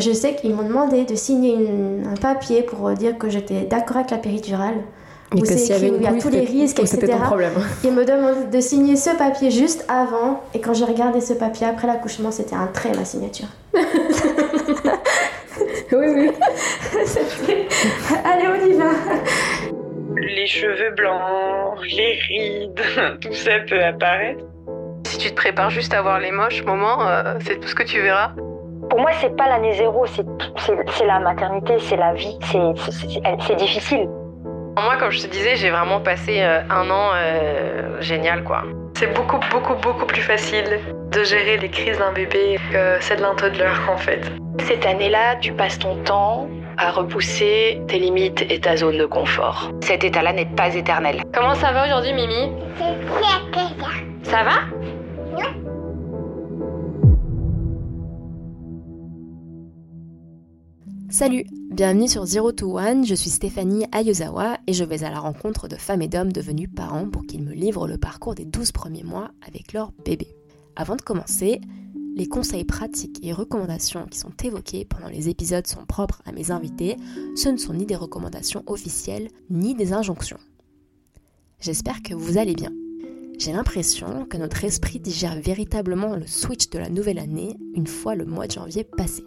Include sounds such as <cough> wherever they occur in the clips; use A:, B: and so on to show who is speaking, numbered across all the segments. A: Je sais qu'ils m'ont demandé de signer une- un papier pour dire que j'étais d'accord avec la péridurale,
B: Et
A: où
B: que
A: c'est
B: s'il y avait
A: écrit, où
B: une
A: il y a
B: couille,
A: tous les
B: c'était-
A: risques,
B: oh, C'était
A: etc.
B: ton problème.
A: Ils me demandent de signer ce papier juste avant, et quand j'ai regardé ce papier après l'accouchement, c'était un trait ma signature.
B: oui, <laughs> oui.
A: C'était- Allez, on y va
C: les cheveux blancs, les rides, <laughs> tout ça peut apparaître.
D: Si tu te prépares juste à voir les moches moments, euh, c'est tout ce que tu verras.
E: Pour moi, c'est pas l'année zéro, c'est tout- c'est- c'est la maternité, c'est la vie, c'est- c'est- c'est elle- c'est difficile.
D: Moi, comme je te disais, j'ai vraiment passé euh, un an euh, génial, quoi.
F: C'est beaucoup, beaucoup, beaucoup plus facile de gérer les crises d'un bébé que celle d'un toddler en fait.
G: Cette année-là, tu passes ton temps à repousser tes limites et ta zone de confort. Cet état-là n'est pas éternel.
D: Comment ça va aujourd'hui, Mimi Ça va
B: Salut, bienvenue sur Zero to One, je suis Stéphanie Ayozawa et je vais à la rencontre de femmes et d'hommes devenus parents pour qu'ils me livrent le parcours des 12 premiers mois avec leur bébé. Avant de commencer, les conseils pratiques et recommandations qui sont évoqués pendant les épisodes sont propres à mes invités, ce ne sont ni des recommandations officielles ni des injonctions. J'espère que vous allez bien. J'ai l'impression que notre esprit digère véritablement le switch de la nouvelle année une fois le mois de janvier passé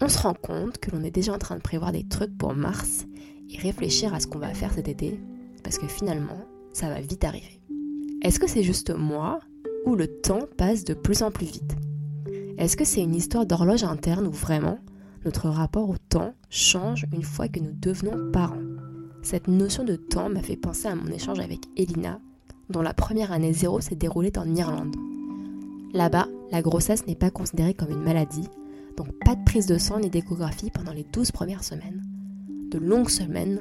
B: on se rend compte que l'on est déjà en train de prévoir des trucs pour mars et réfléchir à ce qu'on va faire cet été, parce que finalement, ça va vite arriver. Est-ce que c'est juste moi ou le temps passe de plus en plus vite Est-ce que c'est une histoire d'horloge interne ou vraiment notre rapport au temps change une fois que nous devenons parents Cette notion de temps m'a fait penser à mon échange avec Elina, dont la première année zéro s'est déroulée en Irlande. Là-bas, la grossesse n'est pas considérée comme une maladie, donc pas de prise de sang ni d'échographie pendant les 12 premières semaines. De longues semaines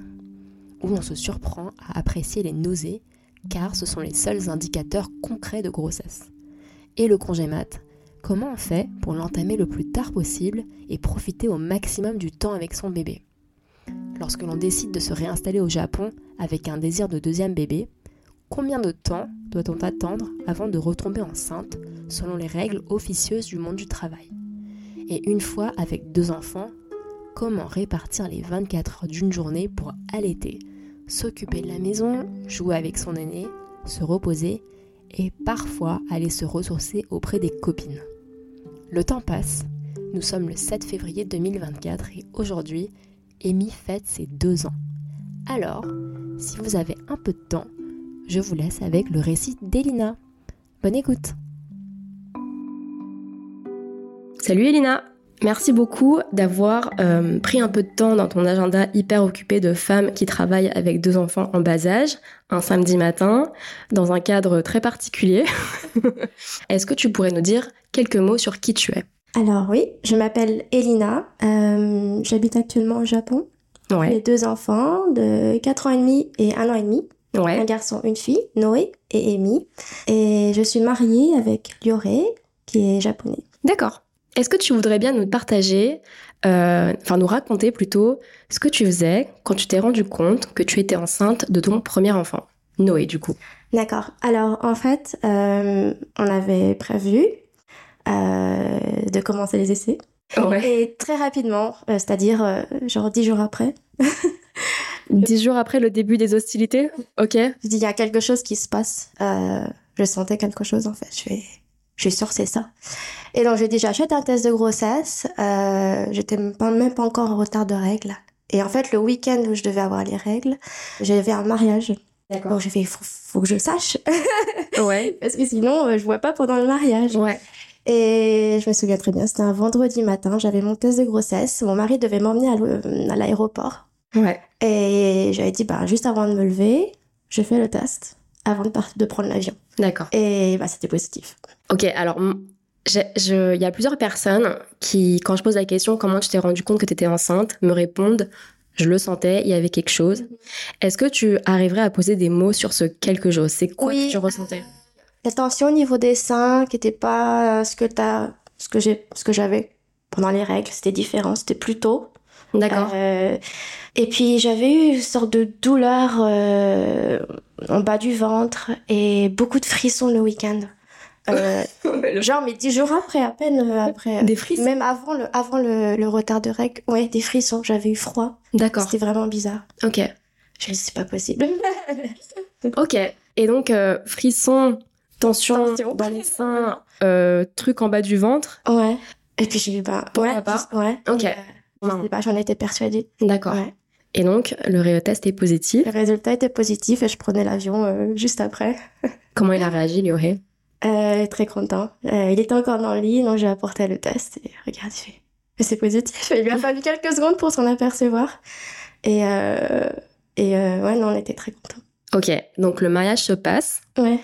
B: où on se surprend à apprécier les nausées car ce sont les seuls indicateurs concrets de grossesse. Et le congé mat, comment on fait pour l'entamer le plus tard possible et profiter au maximum du temps avec son bébé Lorsque l'on décide de se réinstaller au Japon avec un désir de deuxième bébé, combien de temps doit-on attendre avant de retomber enceinte selon les règles officieuses du monde du travail et une fois avec deux enfants, comment répartir les 24 heures d'une journée pour allaiter, s'occuper de la maison, jouer avec son aîné, se reposer et parfois aller se ressourcer auprès des copines. Le temps passe, nous sommes le 7 février 2024 et aujourd'hui, Amy fête ses deux ans. Alors, si vous avez un peu de temps, je vous laisse avec le récit d'Elina. Bonne écoute
H: Salut Elina Merci beaucoup d'avoir euh, pris un peu de temps dans ton agenda hyper occupé de femme qui travaille avec deux enfants en bas âge, un samedi matin, dans un cadre très particulier. Est-ce que tu pourrais nous dire quelques mots sur qui tu es
A: Alors oui, je m'appelle Elina, euh, j'habite actuellement au Japon.
H: Ouais,
A: J'ai deux enfants de 4 ans et demi et 1 an et demi, un
H: ouais,
A: garçon, une fille, Noé et Amy. Et je suis mariée avec Yoré, qui est japonais.
H: d'accord. Est-ce que tu voudrais bien nous partager, euh, enfin nous raconter plutôt, ce que tu faisais quand tu t'es rendu compte que tu étais enceinte de ton premier enfant, Noé du coup
A: D'accord. Alors en fait, euh, on avait prévu euh, de commencer les essais.
H: Ouais.
A: Et très rapidement, euh, c'est-à-dire euh, genre dix jours après,
H: Dix jours après le début des hostilités Ok,
A: je dis il y a quelque chose qui se passe. Euh, je sentais quelque chose en fait. Je fais, je suis sûre que c'est ça. Et donc j'ai dit j'achète un test de grossesse. Euh, J'étais même pas, même pas encore en retard de règles. Et en fait le week-end où je devais avoir les règles, j'avais un mariage.
H: d'accord.
A: Donc j'ai fait faut, faut que je le sache <laughs>
H: Ouais,
A: parce que sinon euh, je vois pas pendant le mariage.
H: ouais.
A: Et je me souviens très bien, c'était un vendredi matin, j'avais mon test de grossesse, mon mari devait m'emmener à l'o- à l'aéroport.
H: Ouais.
A: Et j'avais dit, bah, juste avant de me lever, je fais le test avant de, partir, de prendre l'avion.
H: D'accord.
A: Et bah, c'était positif.
H: Ok, alors, m- j'ai- je- il y a plusieurs personnes qui, quand je pose la question comment tu t'es rendu compte que tu étais enceinte, me répondent je le sentais, il y avait quelque chose.
A: Mhm.
H: Est-ce que tu arriverais à poser des mots sur ce quelque chose C'est quoi
A: Oui.
H: que tu ressentais
A: La tension au niveau des seins, qui n'était pas euh, ce que t'as, ce que j'ai, ce que j'avais pendant les règles, c'était différent, c'était plus tôt.
H: D'accord.
A: <laughs> Euh, et puis j'avais eu une sorte de douleur euh, en bas du ventre et beaucoup de frissons le week-end. Euh, genre, mais dix jours après, à peine euh, après. euh,
H: Des frissons.
A: Même avant le, avant le, le retard de règles, ouais, des frissons, j'avais eu froid.
H: D'accord.
A: C'était vraiment bizarre.
H: Ok.
A: Je me suis dit, c'est pas possible. <laughs>
H: Ok. Et donc, euh, frissons, tension,
A: Tension.
H: dans les seins, euh, truc en bas du ventre.
A: ouais. Et puis je me dis, bah,
H: Pourquoi
A: ouais,
H: pas
A: juste- ouais.
H: Ok.
A: Mais, euh, je sais pas, j'en étais persuadée.
H: D'accord.
A: Ouais.
H: Et donc, le ré- test est positif.
A: Le résultat était positif et je prenais l'avion euh, juste après.
H: Comment il a réagi, le ré
A: Euh, très content. Euh, il était encore dans le lit, donc j'ai apporté le test et regarde, il fait Mais c'est positif. <laughs> Il lui a fallu quelques secondes pour s'en apercevoir. Et, euh, et euh, ouais, non, on était très contents.
H: Ok. Donc, le mariage se passe.
A: Ouais.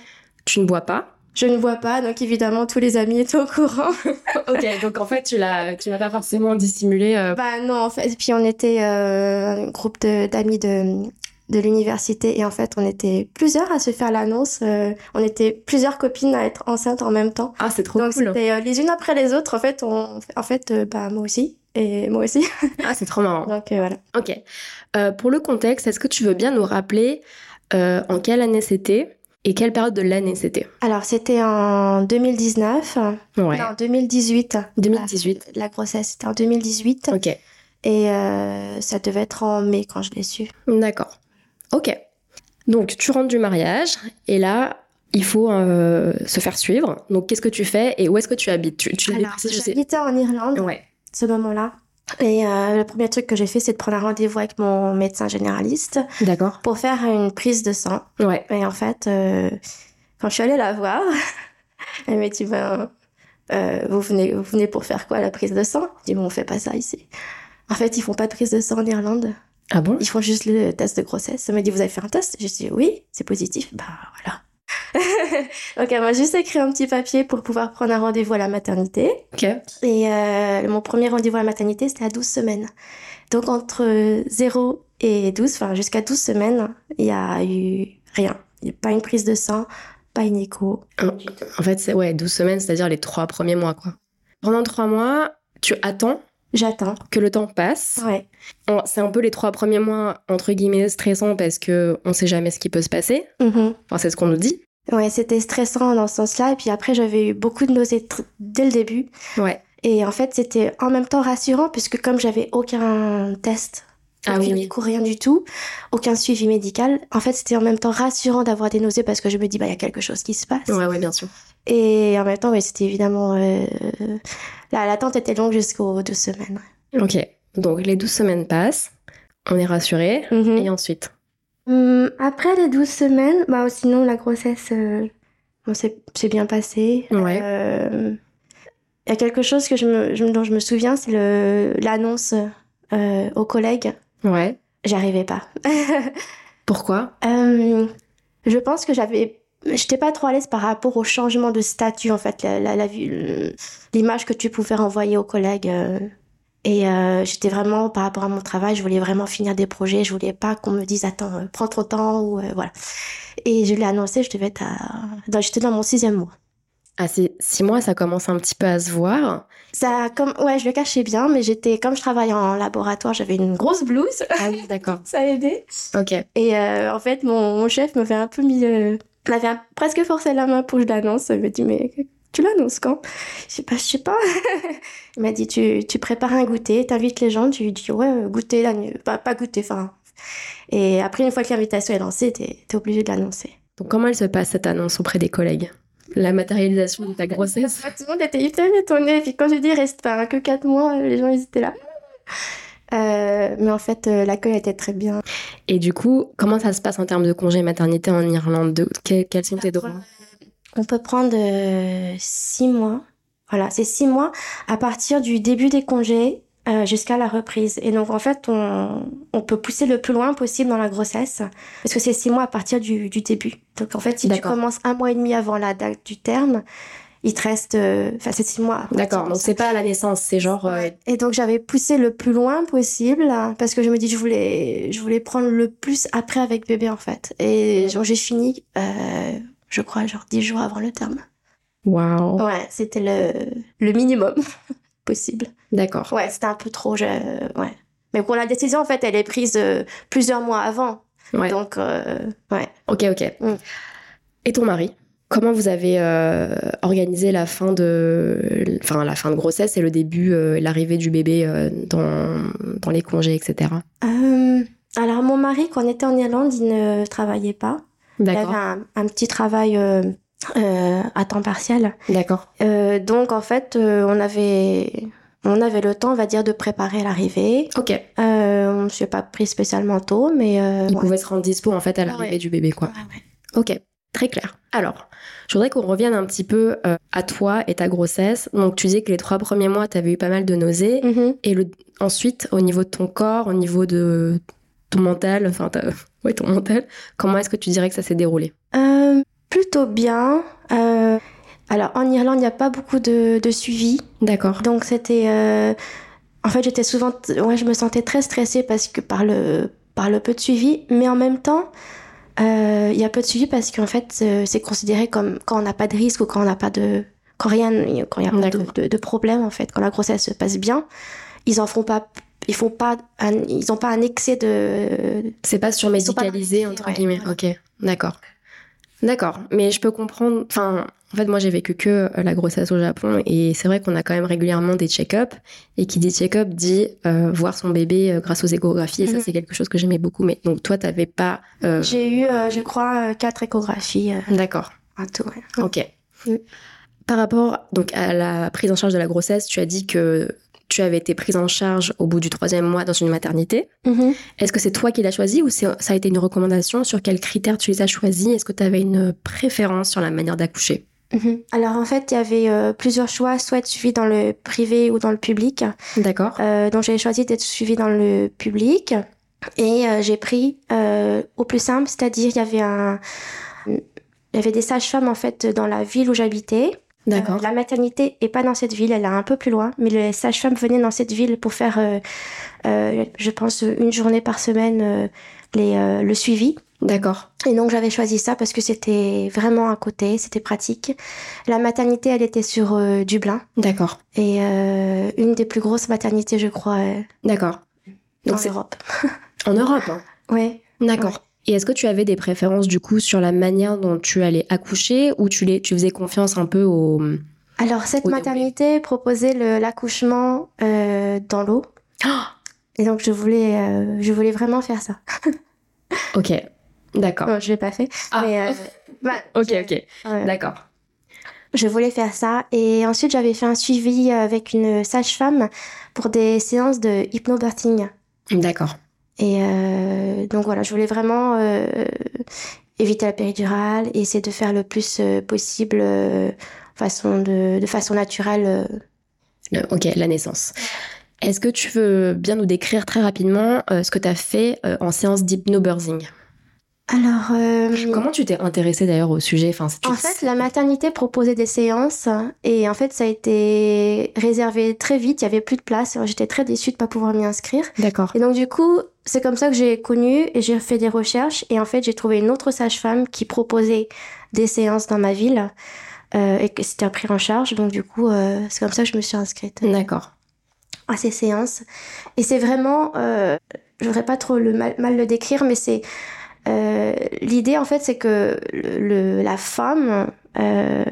H: Tu ne bois pas.
A: Je ne vois pas, donc évidemment, tous les amis étaient au
H: <laughs>
A: courant.
H: ok. Donc, en fait, tu l'as tu l'as pas forcément dissimulé. euh,
A: bah non, en fait, puis on était euh, un groupe de- d'amis de, de l'université et en fait, on était plusieurs à se faire l'annonce. euh, on était plusieurs copines à être enceintes en même temps.
H: Ah, c'est trop
A: Donc
H: cool.
A: c'était euh, les unes après les autres. En fait, on... en fait euh, bah, moi aussi. Et moi
H: <laughs>
A: aussi.
H: Ah, c'est trop marrant.
A: Donc euh, voilà.
H: Ok. Euh, pour le contexte, est-ce que tu veux bien nous rappeler euh, en quelle année c'était et quelle période de l'année c'était
A: Alors c'était en 2019.
H: Ouais.
A: Non, 2018.
H: 2018.
A: Ah, La grossesse, c'était en 2018.
H: Ok.
A: Et euh, ça devait être en mai quand je l'ai su.
H: D'accord. Ok. Donc, tu rentres du mariage et là, il faut euh, se faire suivre. Donc, qu'est-ce que tu fais et où est-ce que tu habites Tu, tu l'avais
A: Alors,
H: précisé, je sais.
A: j'habitais en Irlande
H: Ouais.
A: ce moment-là. Et euh, le premier truc que j'ai fait, c'est de prendre un rendez-vous avec mon médecin généraliste
H: D'accord.
A: pour faire une prise de sang.
H: Ouais.
A: Et en fait, euh, quand je suis allée la voir, <laughs> elle m'a dit, ben, euh, vous, venez, vous venez pour faire quoi, la prise de sang Je dis, bon, on fait pas ça ici. En fait, ils font pas de prise de sang en Irlande.
H: Ah bon
A: Ils font juste le test de grossesse. Elle m'a dit, vous avez fait un test Je dis, oui, c'est positif. Bah voilà. <laughs> Donc elle m'a juste écrit un petit papier pour pouvoir prendre un rendez-vous à la maternité.
H: Ok.
A: Et euh, mon premier rendez-vous à la maternité, c'était à 12 semaines. Donc entre 0 et 12, enfin jusqu'à 12 semaines, il n'y a eu rien. Il y a Pas une prise de sang, pas une écho.
H: En fait, c'est ouais, 12 semaines, c'est-à-dire les trois premiers mois, quoi. Pendant trois mois, tu attends
A: J'attends.
H: que le temps passe.
A: Ouais.
H: On- C'est un peu les trois premiers mois, entre guillemets, stressants parce que on sait jamais ce qui peut se passer.
A: Mhm.
H: Enfin, c'est ce qu'on nous dit.
A: Ouais, c'était stressant dans ce sens-là. Et puis après, j'avais eu beaucoup de nausées tr- dès le début.
H: Ouais.
A: Et en fait, c'était en même temps rassurant puisque comme j'avais aucun test,
H: Ah
A: aucune
H: oui.
A: écho, rien du tout, aucun suivi médical, en fait, c'était en même temps rassurant d'avoir des nausées parce que je me dis, bah, il y a quelque chose qui se passe.
H: Ouais, ouais, bien sûr.
A: Et en même temps, oui, c'était évidemment. euh, la- L'attente était longue jusqu'aux deux semaines.
H: Ok. Donc, les 12 semaines passent, on est rassuré. Et ensuite
A: Hum, après les 12 semaines, bah, sinon la grossesse euh, bon, c'est c'est bien passé.
H: Ouais.
A: Euh, Il y a quelque chose que je me, je me- dont je me souviens, c'est le- l'annonce euh, aux collègues.
H: Ouais.
A: J'arrivais pas.
H: Pourquoi
A: Euh, je pense que j'avais. J'étais pas trop à l'aise par rapport au changement de statut, en fait, la, la, la vue- l'image que tu pouvais renvoyer aux collègues. euh. Et euh, j'étais vraiment, par rapport à mon travail, je voulais vraiment finir des projets, je voulais pas qu'on me dise, attends, euh, prends trop de temps, ou euh, voilà. Et je l'ai annoncé, je devais être à. dans- J'étais dans mon sixième mois.
H: Ah, c'est six mois, ça commence un petit peu à se voir.
A: Ça, comme, ouais, je le cachais bien, mais j'étais, comme je travaillais en laboratoire, j'avais une grosse blouse, <laughs>
H: Ah oui, d'accord.
A: ça aidait.
H: Ok.
A: Et euh, en fait, mon, mon chef m'avait un peu mis. Euh, m'avait un- presque forcé la main pour que je l'annonce. Il m'a dit Mais tu l'annonces quand Je sais pas, je sais pas. <laughs> Il m'a dit Tu, tu prépares un goûter, t'invites les gens, tu lui dis Ouais, euh, goûter, la nuit. Pas, pas goûter, enfin. Et après, une fois que l'invitation est lancée, t'es es obligé de l'annoncer.
H: Donc, comment elle se passe cette annonce auprès des collègues La matérialisation de ta grossesse
A: Ah, Tout le monde était hyper étonné. Et puis quand je dis reste pas hein, que 4 mois, les gens ils étaient là. Euh, mais en fait, euh, l'accueil était très bien.
H: Et du coup, comment ça se passe en termes de congé maternité en Irlande De- que- Quels sont tes droits
A: On peut prendre euh, six mois. Voilà, c'est six mois à partir du début des congés euh, jusqu'à la reprise. Et donc, en fait, on, on peut pousser le plus loin possible dans la grossesse parce que c'est six mois à partir du, du début. Donc, en fait, si tu
H: D'accord.
A: commences un mois et demi avant la date du terme, il te reste... euh, Enfin, c'est six mois. à partir
H: D'accord,
A: de
H: donc
A: ça.
H: c'est pas à la naissance, c'est genre. euh,
A: Et donc j'avais poussé le plus loin possible hein, parce que je me dis je voulais je voulais prendre le plus après avec bébé en fait. Et genre j'ai fini euh, je crois genre 10 jours avant le terme.
H: Waouh.
A: Ouais, c'était le le minimum <laughs> possible.
H: D'accord.
A: Ouais, c'était un peu trop je... ouais. Mais bon la décision en fait, elle est prise euh, plusieurs mois avant.
H: Ouais.
A: Donc euh, ouais.
H: Ok, ok.
A: Mm.
H: Et ton mari Comment vous avez euh, organisé la fin de, enfin la fin de grossesse et le début, euh, l'arrivée du bébé euh, dans, dans les congés, etc.
A: Euh, alors, mon mari, quand on était en Irlande, il ne travaillait pas. Il avait
H: D'accord.
A: un, un petit travail euh, euh, à temps partiel.
H: D'accord.
A: Euh, donc, en fait, euh, on avait... On avait le temps, on va dire, de préparer l'arrivée.
H: Ok.
A: Euh, on ne s'est pas pris spécialement tôt, mais... euh,
H: Il
A: ouais. Ah
H: pouvait se rendre dispo en fait à l'arrivée
A: Ouais.
H: du bébé, quoi.
A: Ouais, ouais.
H: Ok, très clair. Alors, je voudrais qu'on revienne un petit peu euh, à toi et ta grossesse. Donc, tu disais que les trois premiers mois, tu avais eu pas mal de nausées.
A: Mhm.
H: Et le... ensuite, au niveau de ton corps, au niveau de ton mental, enfin, ta- <laughs> ouais, ton mental, comment est-ce que tu dirais que ça s'est déroulé
A: Euh, plutôt bien. Euh, alors, en Irlande, il n'y a pas beaucoup de, de suivi.
H: D'accord.
A: Donc, c'était. euh, en fait, j'étais souvent. Ouais, je me sentais très stressée parce que par le, par le peu de suivi. Mais en même temps, euh, il y a peu de suivi parce qu'en fait, c'est c'est considéré comme quand on n'a pas de risque ou quand on n'a pas de. Quand rien. Quand il n'y a pas de,
H: D'accord.
A: de- de problème, en fait. Quand la grossesse se passe bien, ils en font pas. Ils font pas. un- ils n'ont pas un excès de.
H: C'est pas
A: Ils
H: surmédicalisé,
A: sont pas
H: entre
A: ouais,
H: guillemets.
A: voilà.
H: Ok, d'accord. D'accord, mais je peux comprendre. Enfin, en fait, moi, j'ai vécu que euh, la grossesse au Japon et c'est vrai qu'on a quand même régulièrement des check-up. Et qui dit check-up dit euh, voir son bébé euh, grâce aux échographies. Et ça,
A: Mhm.
H: c'est quelque chose que j'aimais beaucoup. Mais donc, toi, t'avais pas. euh,
A: J'ai eu, euh, je crois, euh, quatre échographies euh,
H: D'accord,
A: en tout. ouais.
H: ok.
A: Mhm.
H: Par rapport donc à la prise en charge de la grossesse, tu as dit que tu avais été prise en charge au bout du troisième mois dans une maternité.
A: Mhm.
H: Est-ce que c'est toi qui l'as choisi ou c'est- ça a été une recommandation Sur quels critères tu les as choisis Est-ce que tu avais une préférence sur la manière d'accoucher
A: Mhm. Alors en fait, il y avait euh, plusieurs choix, soit être suivi dans le privé ou dans le public.
H: D'accord.
A: Euh, donc j'ai choisi d'être suivi dans le public et euh, j'ai pris euh, au plus simple, c'est-à-dire il y avait un, il y avait des sages-femmes en fait dans la ville où j'habitais.
H: D'accord.
A: Euh, la maternité est pas dans cette ville, elle est un peu plus loin, mais les sages-femmes venaient dans cette ville pour faire, euh, euh, je pense, une journée par semaine euh, les, euh, le suivi.
H: D'accord.
A: Et donc j'avais choisi ça parce que c'était vraiment à côté, c'était pratique. La maternité, elle était sur euh, Dublin
H: D'accord.
A: et euh, une des plus grosses maternités, je crois, euh,
H: D'accord.
A: dans
H: Donc c'est
A: l'Europe.
H: en Europe. hein.
A: Ouais.
H: D'accord. Et est-ce que tu avais des préférences du coup sur la manière dont tu allais accoucher ou tu, les, tu faisais confiance un peu au...
A: Alors cette
H: Au déroulé.
A: maternité proposait le- l'accouchement euh, dans l'eau.
H: Oh
A: Et donc je voulais, euh, je voulais vraiment faire ça.
H: Ok. D'accord.
A: Bon, je l'ai pas fait.
H: Ah.
A: mais, euh, bah,
H: Ok,
A: je-
H: ok.
A: ouais.
H: D'accord.
A: Je voulais faire ça et ensuite j'avais fait un suivi avec une sage-femme pour des séances de hypnobirthing.
H: D'accord.
A: Et euh, donc voilà, je voulais vraiment euh, éviter la péridurale et essayer de faire le plus euh, possible euh, façon de, de façon naturelle. euh.
H: Le- ok, la naissance. Est-ce que tu veux bien nous décrire très rapidement euh, ce que tu as fait euh, en séance d'hypnobirthing
A: Alors, euh,
H: Comment tu t'es intéressée d'ailleurs au sujet enfin, si tu
A: en
H: te-
A: fait, la maternité proposait des séances et en fait, ça a été réservé très vite. Il y avait plus de place. Alors, J'étais très déçue de pas pouvoir m'y inscrire.
H: D'accord.
A: Et donc du coup, c'est comme ça que j'ai connu et j'ai fait des recherches et en fait j'ai trouvé une autre sage-femme qui proposait des séances dans ma ville euh, et que c'était pris en charge. Donc du coup, euh, c'est comme ça que je me suis inscrite
H: D'accord.
A: à ces séances. Et c'est vraiment, euh, je voudrais pas trop le mal, mal le décrire, mais c'est euh, l'idée en fait, c'est que le, le- la femme, euh,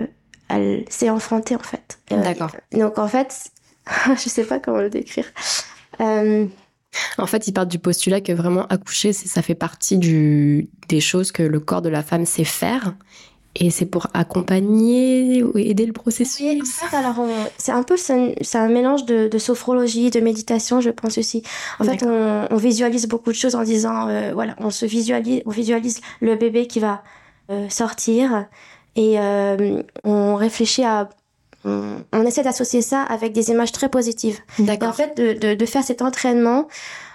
A: elle s'est enfantée en fait. Euh,
H: D'accord.
A: Donc en fait, <laughs> je sais pas comment le décrire. Euh,
H: En fait, ils partent du postulat que vraiment accoucher, c'est- ça fait partie du, des choses que le corps de la femme sait faire. Et c'est pour accompagner ou aider
A: Oui,
H: le
A: en
H: processus.
A: fait, alors, on- c'est un peu c'est un, c'est un mélange de, de sophrologie, de méditation, je pense aussi. En fait, on, on visualise beaucoup de choses en disant, euh, voilà, on se visualise, on visualise le bébé qui va euh, sortir et euh, on réfléchit à, on, on essaie d'associer ça avec des images très positives. Et en
H: D'accord.
A: fait, de, de, de faire cet entraînement,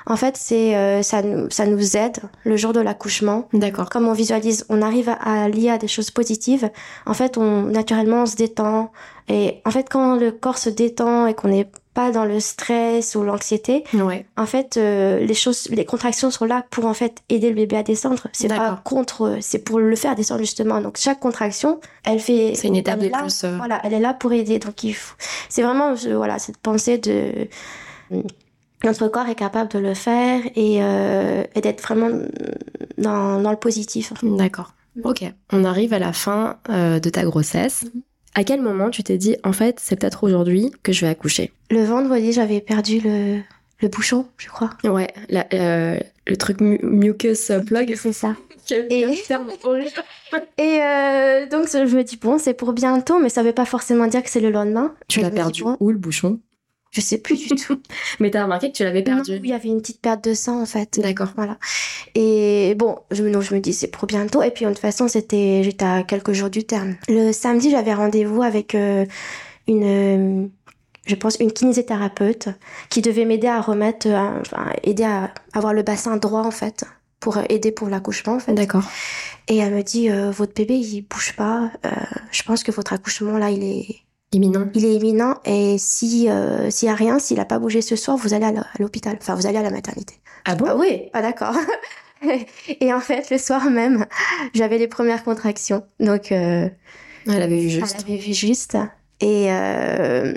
A: en fait, c'est euh, ça nous ça nous aide le jour de l'accouchement
H: D'accord.
A: comme on visualise, on arrive à, à lier à des choses positives, en fait, on, naturellement, on se détend. Et en fait, quand le corps se détend et qu'on n'est pas dans le stress ou l'anxiété,
H: Ouais.
A: en fait, euh, les choses, les contractions sont là pour, en fait, aider le bébé à descendre. C'est pas
H: D'accord.
A: contre, euh, c'est pour le faire descendre, justement. Donc, chaque contraction, elle fait...
H: C'est une étape
A: elle est
H: de
A: là,
H: plus. euh,
A: Voilà, elle est là pour aider. Donc, il faut... C'est vraiment, euh, voilà, cette pensée de... euh, Notre corps est capable de le faire et, euh, et d'être vraiment dans, dans le positif. en fait.
H: D'accord. Ok. On arrive à la fin euh, de ta grossesse. À quel moment tu t'es dit, en fait, c'est peut-être aujourd'hui que je vais accoucher
A: Le vendredi, j'avais perdu le, le bouchon, je crois.
H: Ouais, la- euh, le truc mu- mucus plug.
A: C'est ça.
H: <laughs> Et...
A: Et euh, donc, je me dis, bon, c'est pour bientôt, mais ça veut pas forcément dire que c'est le lendemain.
H: Tu
A: Je
H: l'as
A: me dis,
H: perdu
A: bon,
H: où le bouchon
A: Je sais plus du tout.
H: <laughs> Mais t'as remarqué que tu l'avais
A: Non,
H: perdu.
A: Il y avait une petite perte de sang, en fait.
H: D'accord.
A: Voilà. Et bon, je, me- donc je me dis c'est pour bientôt. Et puis de toute façon, c'était j'étais à quelques jours du terme. Le samedi, j'avais rendez-vous avec euh, une, euh, je pense une kinésithérapeute qui devait m'aider à remettre, euh, un- enfin aider à avoir le bassin droit en fait pour euh, aider pour l'accouchement en fait.
H: D'accord.
A: Et elle me dit euh, votre bébé il bouge pas. Euh, je pense que votre accouchement là il est
H: Imminent.
A: il est imminent et si euh, s'il y a rien, s'il a pas bougé ce soir, vous allez à la- à l'hôpital. Enfin, vous allez à la maternité.
H: Ah bon
A: Ah oui, ah d'accord. <laughs> Et en fait, le soir même, j'avais les premières contractions. Donc, euh,
H: Ah, Elle avait vu
A: elle
H: juste.
A: avait vu juste. Et euh,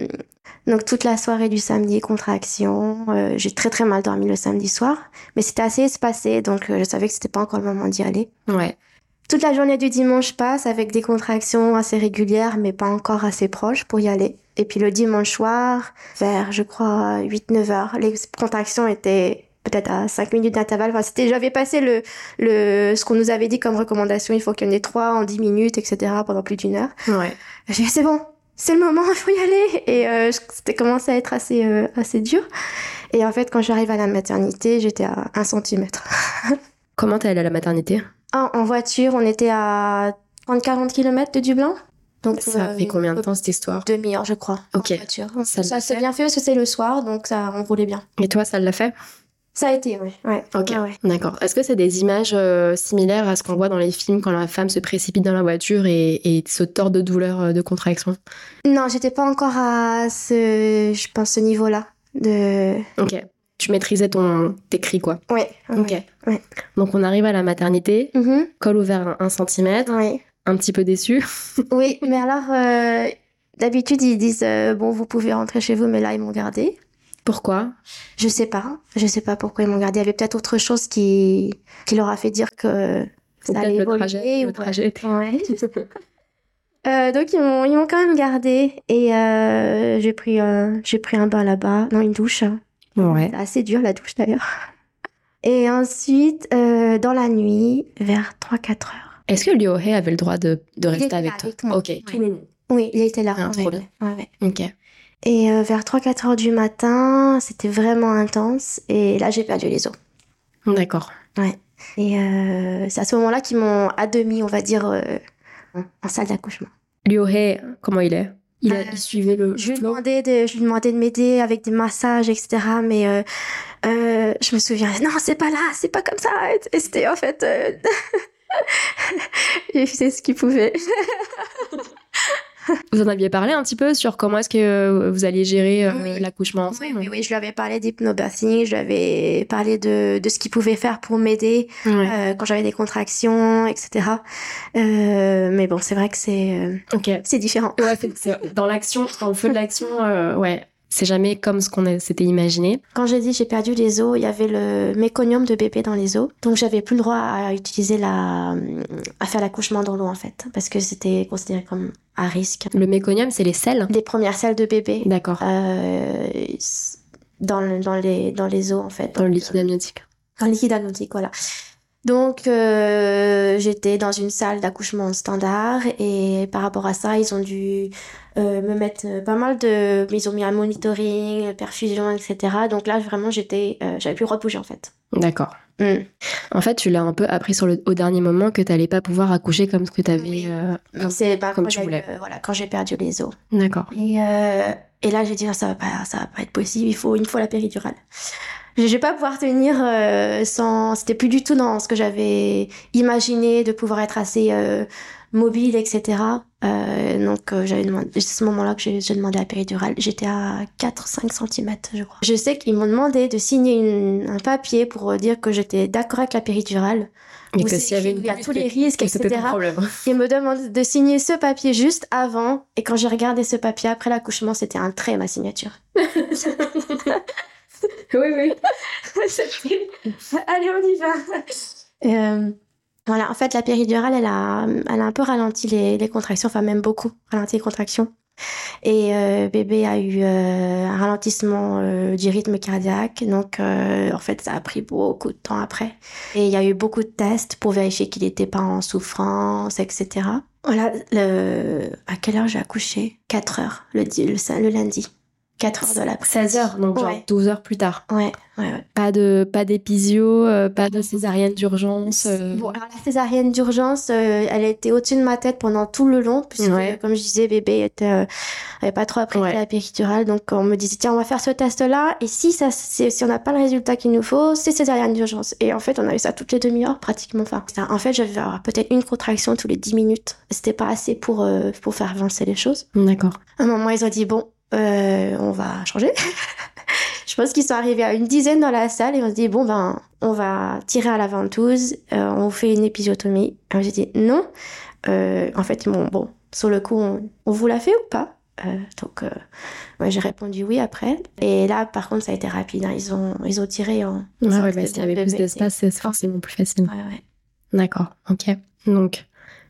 A: donc, toute la soirée du samedi, contractions. Euh, J'ai très très mal dormi le samedi soir. Mais c'était assez espacé, donc euh, je savais que c'était pas encore le moment d'y aller.
H: Ah Ouais.
A: Toute la journée du dimanche passe avec des contractions assez régulières, mais pas encore assez proches pour y aller. Et puis le dimanche soir, vers, je crois, 8-9 heures, les contractions étaient peut-être à 5 minutes d'intervalle. Enfin, c'était, j'avais passé le, le, ce qu'on nous avait dit comme recommandation, il faut qu'il y en ait 3 en 10 minutes, etc., pendant plus d'une heure.
H: Ouais.
A: J'ai dit, c'est bon, c'est le moment, <laughs> il faut y aller. Et euh, je- c'était commencé à être assez, euh, assez dur. Et en fait, quand j'arrive à la maternité, j'étais à 1 centimètre.
H: Comment t'es allée à la maternité
A: Ah, en voiture, on était à 30-40 km de Dublin. Donc,
H: Ça a
A: euh,
H: pris combien de temps cette histoire
A: Demi-heure, je crois. en
H: Ok.
A: voiture.
H: Ça
A: Ça,
H: l'a
A: s'est
H: fait.
A: bien fait parce que c'est le soir, donc ça, on roulait bien.
H: Et toi, ça l'a fait
A: Ça a été, oui. Ouais.
H: Ok.
A: Ouais, ouais.
H: D'accord. Est-ce que c'est des images euh, similaires à ce qu'on voit dans les films quand la femme se précipite dans la voiture et, et se tord de douleur euh, de contraction
A: Non, j'étais pas encore à ce, je pense, ce niveau-là. De...
H: Ok. Tu maîtrisais ton tes cris quoi.
A: Ouais. ouais. Ouais.
H: Donc on arrive à la maternité,
A: Mhm,
H: col ouvert à 1 cm,
A: ouais.
H: un petit peu déçu.
A: Oui, mais alors, euh, d'habitude, ils disent, euh, bon, vous pouvez rentrer chez vous, mais là, ils m'ont gardé.
H: Pourquoi
A: Je sais pas. Je sais pas pourquoi ils m'ont gardé. Il y avait peut-être autre chose qui, qui leur a fait dire que ça
H: Faut peut-être
A: allait
H: le
A: évoluer.
H: trajet- le
A: ou-
H: trajet était- <laughs>
A: Ouais. Euh, donc ils m'ont ils m'ont quand même gardé et euh, j'ai pris euh, j'ai pris un bain là-bas non une douche hein.
H: Ouais.
A: C'est assez dur la douche d'ailleurs <laughs> et ensuite euh, dans la nuit vers 3-4 heures
H: Est-ce que Liohei avait le droit de, de rester
A: était
H: avec
A: là
H: toi
A: avec moi.
H: Ok.
A: oui il était là
H: Ah, trop bien.
A: Ouais, ouais.
H: Ok.
A: et euh, vers 3-4 heures du matin c'était vraiment intense et là j'ai perdu les os
H: D'accord.
A: Et euh, c'est à ce moment-là qu'ils m'ont à demi, on va dire, euh, en, en salle d'accouchement.
H: Liohei, comment il est il, a,
A: Euh,
H: il suivait le
A: Je lui
H: flow
A: demandais de, je lui demandais de m'aider avec des massages, etc. Mais euh, euh, je me souviens, non, c'est pas là, c'est pas comme ça. Et c'était en fait, euh, <laughs> il faisait ce qu'il pouvait.
H: Vous en aviez parlé un petit peu sur comment est-ce que euh, vous alliez gérer euh,
A: Oui.
H: l'accouchement
A: Oui,
H: ensemble
A: oui, oui, je lui avais parlé d'hypnobirthing, je lui avais parlé de, de ce qu'il pouvait faire pour m'aider
H: Ouais.
A: euh, quand j'avais des contractions, etc. Euh, mais bon, c'est vrai que c'est euh,
H: Ok.
A: c'est différent.
H: Ouais, c'est- c'est dans l'action, dans le feu de l'action, euh, ouais. C'est jamais comme ce qu'on a- s'était imaginé.
A: Quand j'ai dit j'ai perdu les os, il y avait le méconium de bébé dans les os. Donc j'avais plus le droit à utiliser la. à faire l'accouchement dans l'eau en fait. Parce que c'était considéré comme à risque.
H: Le méconium, c'est les selles.
A: Les premières selles de bébé
H: D'accord.
A: euh, dans, le- dans, les, dans les os en fait.
H: Dans le
A: Donc,
H: liquide amniotique.
A: dans le liquide amniotique, voilà. Donc, euh, j'étais dans une salle d'accouchement standard et par rapport à ça, ils ont dû euh, me mettre euh, pas mal de... Ils ont mis un monitoring, euh, perfusion, etc. Donc là, vraiment, j'étais... euh, J'avais plus le droit de bouger, en fait.
H: D'accord.
A: Mm.
H: En fait, tu l'as un peu appris sur le, au dernier moment que t'allais pas pouvoir accoucher comme ce que t'avais.
A: Oui.
H: euh, comme-
A: C'est pas
H: comme
A: quand
H: tu
A: j'ai eu,
H: voulais.
A: euh, voilà, quand j'ai perdu les os.
H: D'accord.
A: Et, euh, et là, j'ai dit, Ah, ça va pas, ça va pas être possible, il faut une fois la péridurale. Je je vais pas pouvoir tenir euh, sans. C'était plus du tout dans ce que j'avais imaginé de pouvoir être assez euh, mobile, etc. Euh, donc, euh, j'avais demandé. C'est ce moment-là que j'ai j'ai demandé la péridurale. J'étais à 4-5 cm, je crois. Je sais qu'ils m'ont demandé de signer une- un papier pour euh, dire que j'étais d'accord avec la péridurale.
H: Mais
A: Où
H: que
A: c'est
H: s'il y avait
A: écrit,
H: une
A: il y a tous les risques,
H: que c'était ton
A: etc.
H: problème.
A: Il me demande de signer ce papier juste avant. Et quand j'ai regardé ce papier après l'accouchement, c'était un trait, ma signature.
H: oui, oui.
A: Allez, on y va. Euh, Voilà, en fait, la péridurale, elle a, elle a un peu ralenti les, les contractions, enfin même beaucoup ralenti les contractions. Et euh, bébé a eu euh, un ralentissement euh, du rythme cardiaque, donc euh, en fait ça a pris beaucoup de temps après. Et il y a eu beaucoup de tests pour vérifier qu'il n'était pas en souffrance, etc. Voilà, le... à quelle heure j'ai accouché 4 heures le, di- le, le lundi. 4 heures de l'après.
H: 16 heures, donc genre
A: Ouais.
H: 12 heures plus tard.
A: Ouais, ouais, ouais.
H: Pas de pas d'épisio, euh, pas de césarienne d'urgence. euh,
A: Bon, alors la césarienne d'urgence, euh, elle était au-dessus de ma tête pendant tout le long, puisque, euh,
H: Ouais.
A: comme je disais, bébé était, euh, avait pas trop apprécié
H: Ouais.
A: la péridurale. Donc, on me disait, tiens, on va faire ce test-là, et si, ça, c'est- si on n'a pas le résultat qu'il nous faut, c'est césarienne d'urgence. Et en fait, on avait ça toutes les demi-heures, pratiquement. Enfin, ça- en fait, j'avais euh, peut-être une contraction tous les 10 minutes. C'était pas assez pour, euh, pour faire avancer les choses.
H: D'accord.
A: À un moment, ils ont dit, bon, euh, on va changer. <laughs> Je pense qu'ils sont arrivés à une dizaine dans la salle et on se dit, bon, ben, on va tirer à la ventouse, euh, on vous fait une épisiotomie. Alors, j'ai dit, non. Euh, en fait, ils m'ont, bon, sur le coup, on, on vous l'a fait ou pas Euh, donc, euh, moi j'ai répondu oui après. Et là, par contre, ça a été rapide. hein. Ils, ont, ils ont tiré en.
H: Ouais,
A: Ça,
H: ouais,
A: c'est
H: bah, s'il y avait
A: bébé,
H: plus
A: c'est-
H: d'espace, c'est forcément plus facile.
A: Ouais, ouais.
H: D'accord, ok. Donc,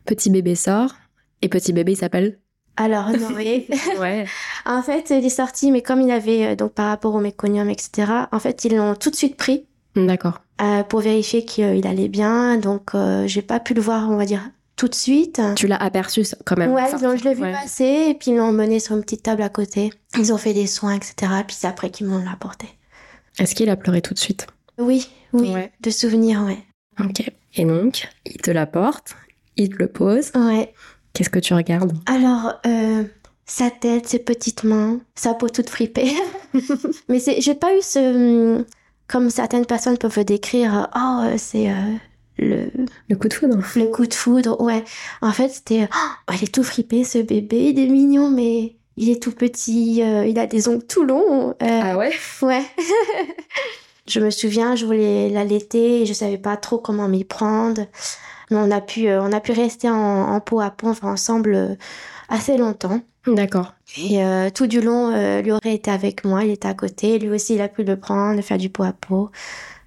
H: petit bébé sort. Et petit bébé, il s'appelle
A: Alors, Honoré,
H: Ouais.
A: <laughs> En fait, il est sorti, mais comme il avait, euh, donc par rapport au méconium, etc., en fait, ils l'ont tout de suite pris
H: D'accord.
A: euh, pour vérifier qu'il allait bien. Donc, euh, j'ai pas pu le voir, on va dire, tout de suite.
H: Tu l'as aperçu ça, quand même.
A: Ouais,
H: Enfin,
A: donc je l'ai vu
H: ouais.
A: passer, et puis ils l'ont emmené sur une petite table à côté. Ils ont fait des soins, etc., puis c'est après qu'ils m'ont l'apporté.
H: Est-ce qu'il a pleuré tout de suite
A: Oui, oui,
H: Ouais.
A: de souvenirs, ouais.
H: Ok. Et donc, il te l'apporte, il te le pose.
A: Ouais.
H: Qu'est-ce que tu regardes
A: Alors, euh, sa tête, ses petites mains, sa peau toute fripée. <laughs> Mais c'est, j'ai pas eu ce. hum, Comme certaines personnes peuvent le décrire, oh, euh, c'est euh, le,
H: Le coup de foudre
A: le coup de foudre. Ouais. En fait, c'était. Oh, il est tout fripé, ce bébé. Il est mignon, mais il est tout petit. euh, il a des ongles tout longs. euh,
H: ouais
A: Ouais. <laughs> je me souviens, je voulais l'allaiter et je savais pas trop comment m'y prendre. Mais on a pu, euh, on a pu rester en, en peau à peau enfin, ensemble euh, assez longtemps.
H: D'accord.
A: Et euh, tout du long, euh, Lioré était avec moi, il était à côté. Lui aussi, il a pu le prendre, faire du pot à peau.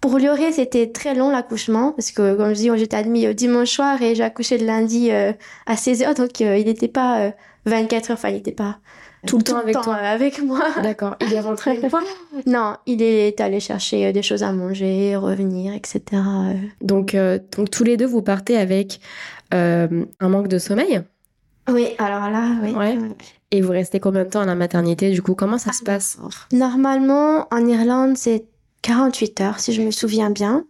A: Pour Lioré, c'était très long l'accouchement, parce que, comme je dis, j'étais admis euh, dimanche soir et j'ai accouché le lundi euh, à 16h, donc euh, il n'était pas euh, 24h, enfin, il n'était pas
H: Tout le temps avec toi.
A: euh, avec moi.
H: D'accord. Il est rentré
A: <laughs> Non, il est allé chercher euh, des choses à manger, revenir, etc. euh.
H: donc, euh, donc, tous les deux, vous partez avec euh, un manque de sommeil
A: Oui, alors là, oui.
H: Ouais. et vous restez combien de temps à la maternité Du coup, comment ça
A: Ah,
H: se passe
A: Normalement, en Irlande, c'est 48 heures, si je me souviens bien.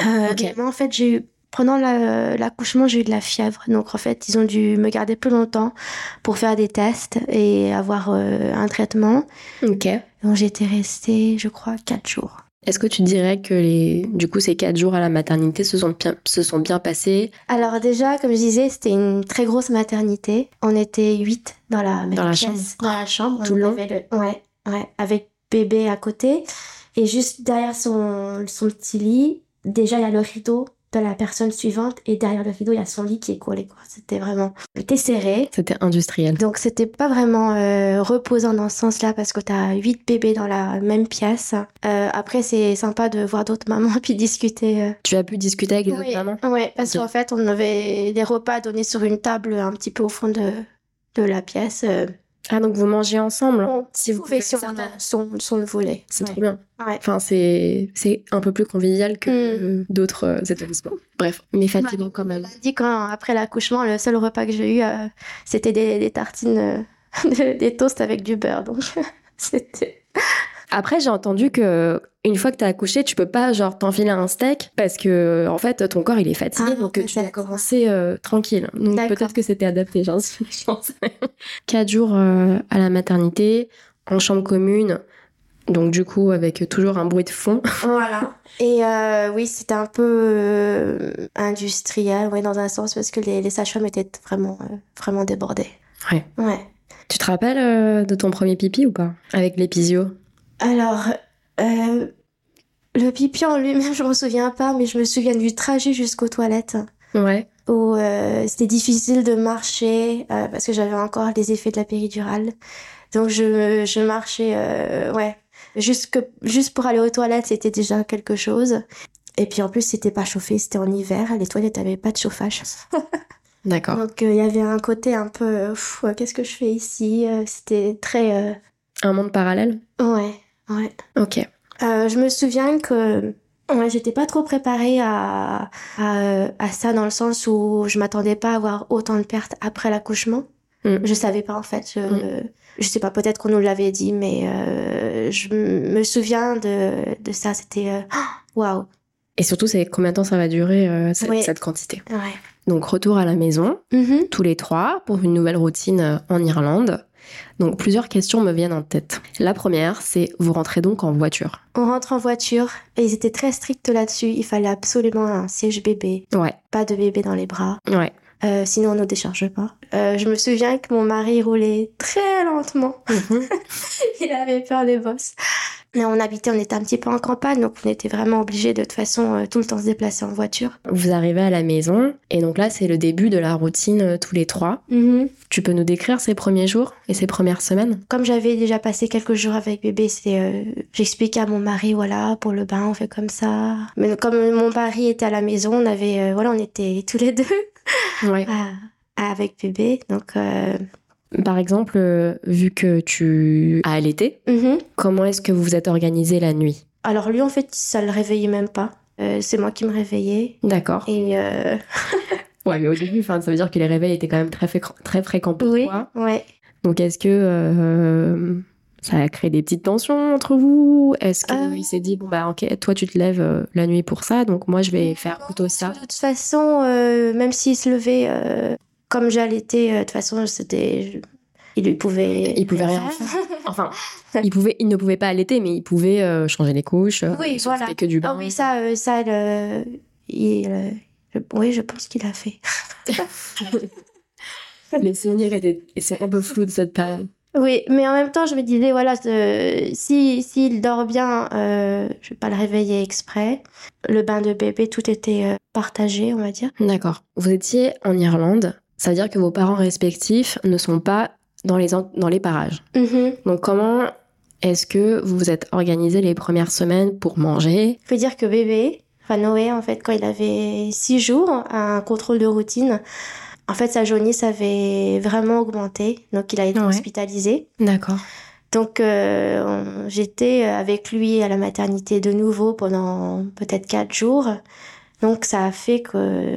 A: Euh,
H: Ok.
A: mais Moi, en fait, j'ai eu. Pendant la- l'accouchement, j'ai eu de la fièvre. Donc, en fait, ils ont dû me garder plus longtemps pour faire des tests et avoir euh, un traitement.
H: Ok.
A: Donc, j'étais restée, je crois, 4 jours.
H: Est-ce que tu dirais que les, du coup, ces quatre jours à la maternité se sont bien, se sont bien passés
A: Alors, déjà, comme je disais, c'était une très grosse maternité. On était 8 dans la même
H: Dans la
A: pièce.
H: chambre.
A: Dans la chambre.
H: Tout
A: on
H: le long.
A: avait le- Ouais, ouais, avec bébé à côté. Et juste derrière son, son petit lit, déjà, il y a le rideau de la personne suivante. Et derrière le rideau, il y a son lit qui est collé. quoi. C'était vraiment... C'était serré.
H: C'était industriel.
A: Donc, c'était pas vraiment euh, reposant dans ce sens-là parce que t'as huit bébés dans la même pièce. Euh, après, c'est sympa de voir d'autres mamans <laughs> puis discuter... euh,
H: Tu as pu discuter avec les
A: oui,
H: autres mamans
A: ouais, parce
H: Ok.
A: qu'en fait, on avait des repas donnés sur une table un petit peu au fond de, de la pièce. euh,
H: Ah, donc vous mangez ensemble
A: On
H: Si vous
A: pouvait
H: faites
A: sur
H: ça,
A: un- son, son volet.
H: C'est
A: Ouais.
H: trop bien.
A: Ouais.
H: Enfin, c'est, c'est un peu plus convivial que
A: Mm.
H: euh, d'autres euh, établissements. Bref, mais fatigant quand même.
A: On a dit quand, après l'accouchement, le seul repas que j'ai eu, euh, c'était des, des tartines, euh, <laughs> de- des toasts avec du beurre. Donc, <laughs> c'était.
H: Après, j'ai entendu que une fois que t'as accouché, tu peux pas genre t'enfiler un steak parce que en fait ton corps il est fatigué
A: Ah,
H: donc
A: peut-être.
H: tu dois commencer euh, tranquille. Donc
A: D'accord.
H: peut-être que c'était adapté, j'en suis <laughs> je pense. Quatre jours euh, à la maternité en chambre commune, donc du coup avec toujours un bruit de fond. <laughs>
A: Voilà. Et euh, oui, c'était un peu euh, industriel, ouais, dans un sens, parce que les, les sages-femmes étaient vraiment, euh, vraiment débordées.
H: Ouais.
A: Ouais.
H: Tu te rappelles euh, de ton premier pipi ou pas avec l'épisio
A: Alors, euh, le pipi en lui-même, <laughs> je m'en souviens pas, mais je me souviens du trajet jusqu'aux toilettes
H: Ouais.
A: où euh, c'était difficile de marcher euh, parce que j'avais encore les effets de la péridurale. Donc je, je marchais, euh, ouais, jusque, juste pour aller aux toilettes, c'était déjà quelque chose. Et puis en plus, c'était pas chauffé, c'était en hiver, les toilettes avaient pas de chauffage.
H: D'accord.
A: Donc euh, il y avait un côté un peu euh, pff, qu'est-ce que je fais ici Euh, C'était très
H: Un monde parallèle
A: euh, ouais, ouais.
H: Ok.
A: Euh, je me souviens que ouais, j'étais pas trop préparée à, à, euh, à ça dans le sens où je m'attendais pas à avoir autant de pertes après l'accouchement.
H: Mm.
A: Je savais pas en fait. Je, je sais pas, peut-être qu'on nous l'avait dit, mais euh, je m- me souviens de, de ça. C'était euh, <gasps> Ah, waouh.
H: Et surtout, c'est combien de temps ça va durer euh, cette,
A: Ouais.
H: cette quantité
A: Ouais.
H: Donc retour à la maison,
A: Mhm.
H: tous les trois, pour une nouvelle routine euh, en Irlande. Donc plusieurs questions me viennent en tête. La première, c'est vous rentrez donc en voiture
A: On rentre en voiture et ils étaient très stricts là-dessus. Il fallait absolument un siège bébé,
H: Ouais,
A: pas de bébé dans les bras.
H: ouais.
A: Euh, sinon, on ne décharge pas. Euh, je me souviens que mon mari roulait très lentement.
H: Mhm.
A: <laughs> Il avait peur des bosses. Mais on habitait, on était un petit peu en campagne, donc on était vraiment obligés de, toute façon euh, tout le temps se déplacer en voiture.
H: vous arrivez à la maison, et donc là, c'est le début de la routine euh, tous les trois. Tu peux nous décrire ces premiers jours et ces premières semaines
A: Comme j'avais déjà passé quelques jours avec bébé, c'est euh, j'expliquais à mon mari voilà pour le bain on fait comme ça. Mais comme mon mari était à la maison, on avait euh, voilà on était <laughs> tous les deux
H: Ouais.
A: à- à- avec bébé, donc euh,
H: Par exemple, euh, vu que tu as allaité,
A: mhm.
H: comment est-ce que vous vous êtes organisé la nuit
A: alors lui en fait ça le réveillait même pas. Euh, c'est moi qui me réveillais
H: D'accord.
A: et euh,
H: Ouais, mais au début, enfin, ça veut dire que les réveils étaient quand même très, fréquents- très fréquents pour
A: oui
H: toi.
A: ouais
H: Donc, est-ce que euh, ça a créé des petites tensions entre vous Est-ce qu'il
A: Euh.
H: s'est dit, bon, bah, ok, toi, tu te lèves euh, la nuit pour ça, donc moi, je vais faire plutôt ça
A: De toute façon, euh, même s'il se levait, euh, comme j'allaitais, euh, de toute façon, c'était. je- Il lui pouvait.
H: Il pouvait rien faire. <laughs> Enfin, il, pouvait, il ne pouvait pas allaiter, mais il pouvait euh, changer les couches. euh,
A: <laughs> Oui,
H: s'occuper
A: voilà.
H: que du bain.
A: Ah oui, ça, euh, ça, le- il. euh, je- Oui, je pense qu'il a fait. <laughs>
H: Les souvenirs étaient c'est un peu flous de cette période.
A: Oui, mais en même temps, je me disais, voilà, ce- si s'il dort bien, euh, je vais pas le réveiller exprès. Le bain de bébé, tout était euh, partagé, on va dire.
H: D'accord. Vous étiez en Irlande, ça veut dire que vos parents respectifs ne sont pas dans les, en- dans les parages.
A: Mhm.
H: Donc comment est-ce que vous vous êtes organisé les premières semaines pour manger
A: faut dire que bébé, enfin Noé, en fait, quand il avait six jours, à un contrôle de routine, en fait, sa jaunisse avait vraiment augmenté. Donc, il a été
H: Ouais.
A: hospitalisé.
H: D'accord.
A: Donc, euh, on- j'étais avec lui à la maternité de nouveau pendant peut-être quatre jours. Donc, ça a fait que,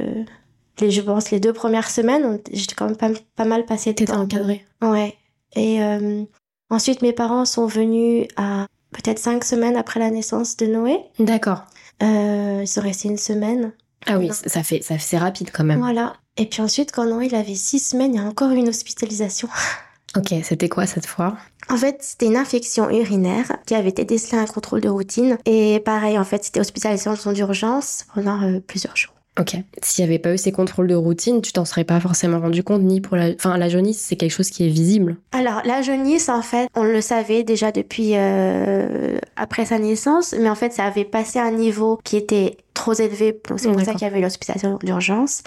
A: les, je pense, les deux premières semaines, on- j'étais quand même pas, pas mal passé de
H: T'étais
A: temps.
H: encadré.
A: Ouais. Et euh, ensuite, mes parents sont venus à peut-être cinq semaines après la naissance de Noé.
H: D'accord.
A: Euh, ils sont restés une semaine.
H: Ah oui,
A: Non.
H: c- ça fait, ça fait- c'est rapide quand même.
A: Voilà. Et puis ensuite, quand Noé il avait six semaines, il y a encore eu une hospitalisation. <laughs>
H: Ok, c'était quoi cette fois
A: En fait, c'était une infection urinaire qui avait été décelée à un contrôle de routine. Et pareil, en fait, c'était hospitalisation d'urgence pendant euh, plusieurs jours.
H: Ok. S'il n'y avait pas eu ces contrôles de routine, tu t'en serais pas forcément rendu compte, ni pour la... Enfin, la jaunisse, c'est quelque chose qui est visible.
A: Alors, la jaunisse, en fait, on le savait déjà depuis euh, après sa naissance, mais en fait, ça avait passé un niveau qui était trop élevé. donc C'est pour ça
H: D'accord.
A: qu'il y avait l'hospitalisation d'urgence.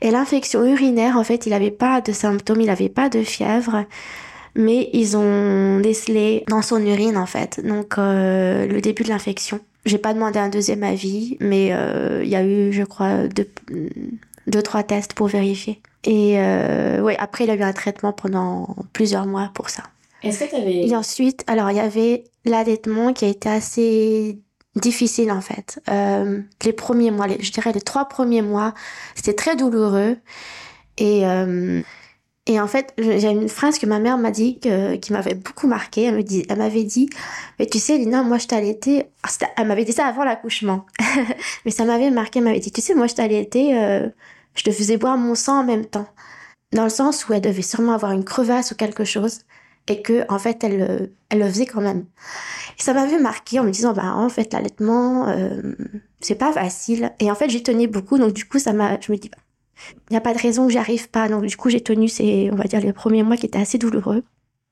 A: Et l'infection urinaire, en fait, il n'avait pas de symptômes, il n'avait pas de fièvre, mais ils ont décelé dans son urine, en fait, donc euh, le début de l'infection. J'ai pas demandé un deuxième avis, mais euh, il y a eu, je crois, deux, deux trois tests pour vérifier. Et euh, ouais, après, il a eu un traitement pendant plusieurs mois pour ça.
H: Est-ce que t'avais...
A: Et ensuite, alors, il y avait l'allaitement qui a été assez difficile, en fait. Euh, les premiers mois, les- je dirais les trois premiers mois, c'était très douloureux. Et, euh, et en fait, je- j'ai une phrase que ma mère m'a dit, que- qui m'avait beaucoup marquée. Elle me dit- elle m'avait dit, mais tu sais, Lina, moi, je t'allaitais. Ah, c'était- Elle m'avait dit ça avant l'accouchement. <laughs> mais ça m'avait marqué. Elle m'avait dit, tu sais, moi, je t'allaitais, euh, je te faisais boire mon sang en même temps. Dans le sens où elle devait sûrement avoir une crevasse ou quelque chose et que en fait elle, euh, elle le faisait quand même. Et ça m'avait marqué en me disant bah en fait l'allaitement euh, c'est pas facile et en fait j'y tenais beaucoup donc du coup ça m'a je me dis bah, il n'y a pas de raison que j'y arrive pas donc du coup j'ai tenu ces on va dire les premiers mois qui étaient assez douloureux.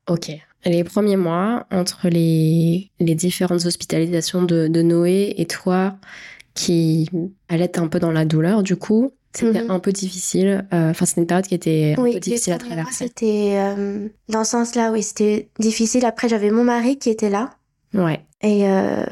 H: Ok. Les premiers mois, entre les, les différentes hospitalisations de, de Noé et toi, qui allait un peu dans la douleur, du coup, c'était
A: Mhm.
H: un peu difficile. euh, Enfin, c'était une période qui était un
A: oui,
H: peu
A: les
H: difficile à
A: premiers mois,
H: traverser.
A: C'était euh, dans ce sens là oui c'était difficile après j'avais mon mari qui était là
H: Ouais.
A: et euh,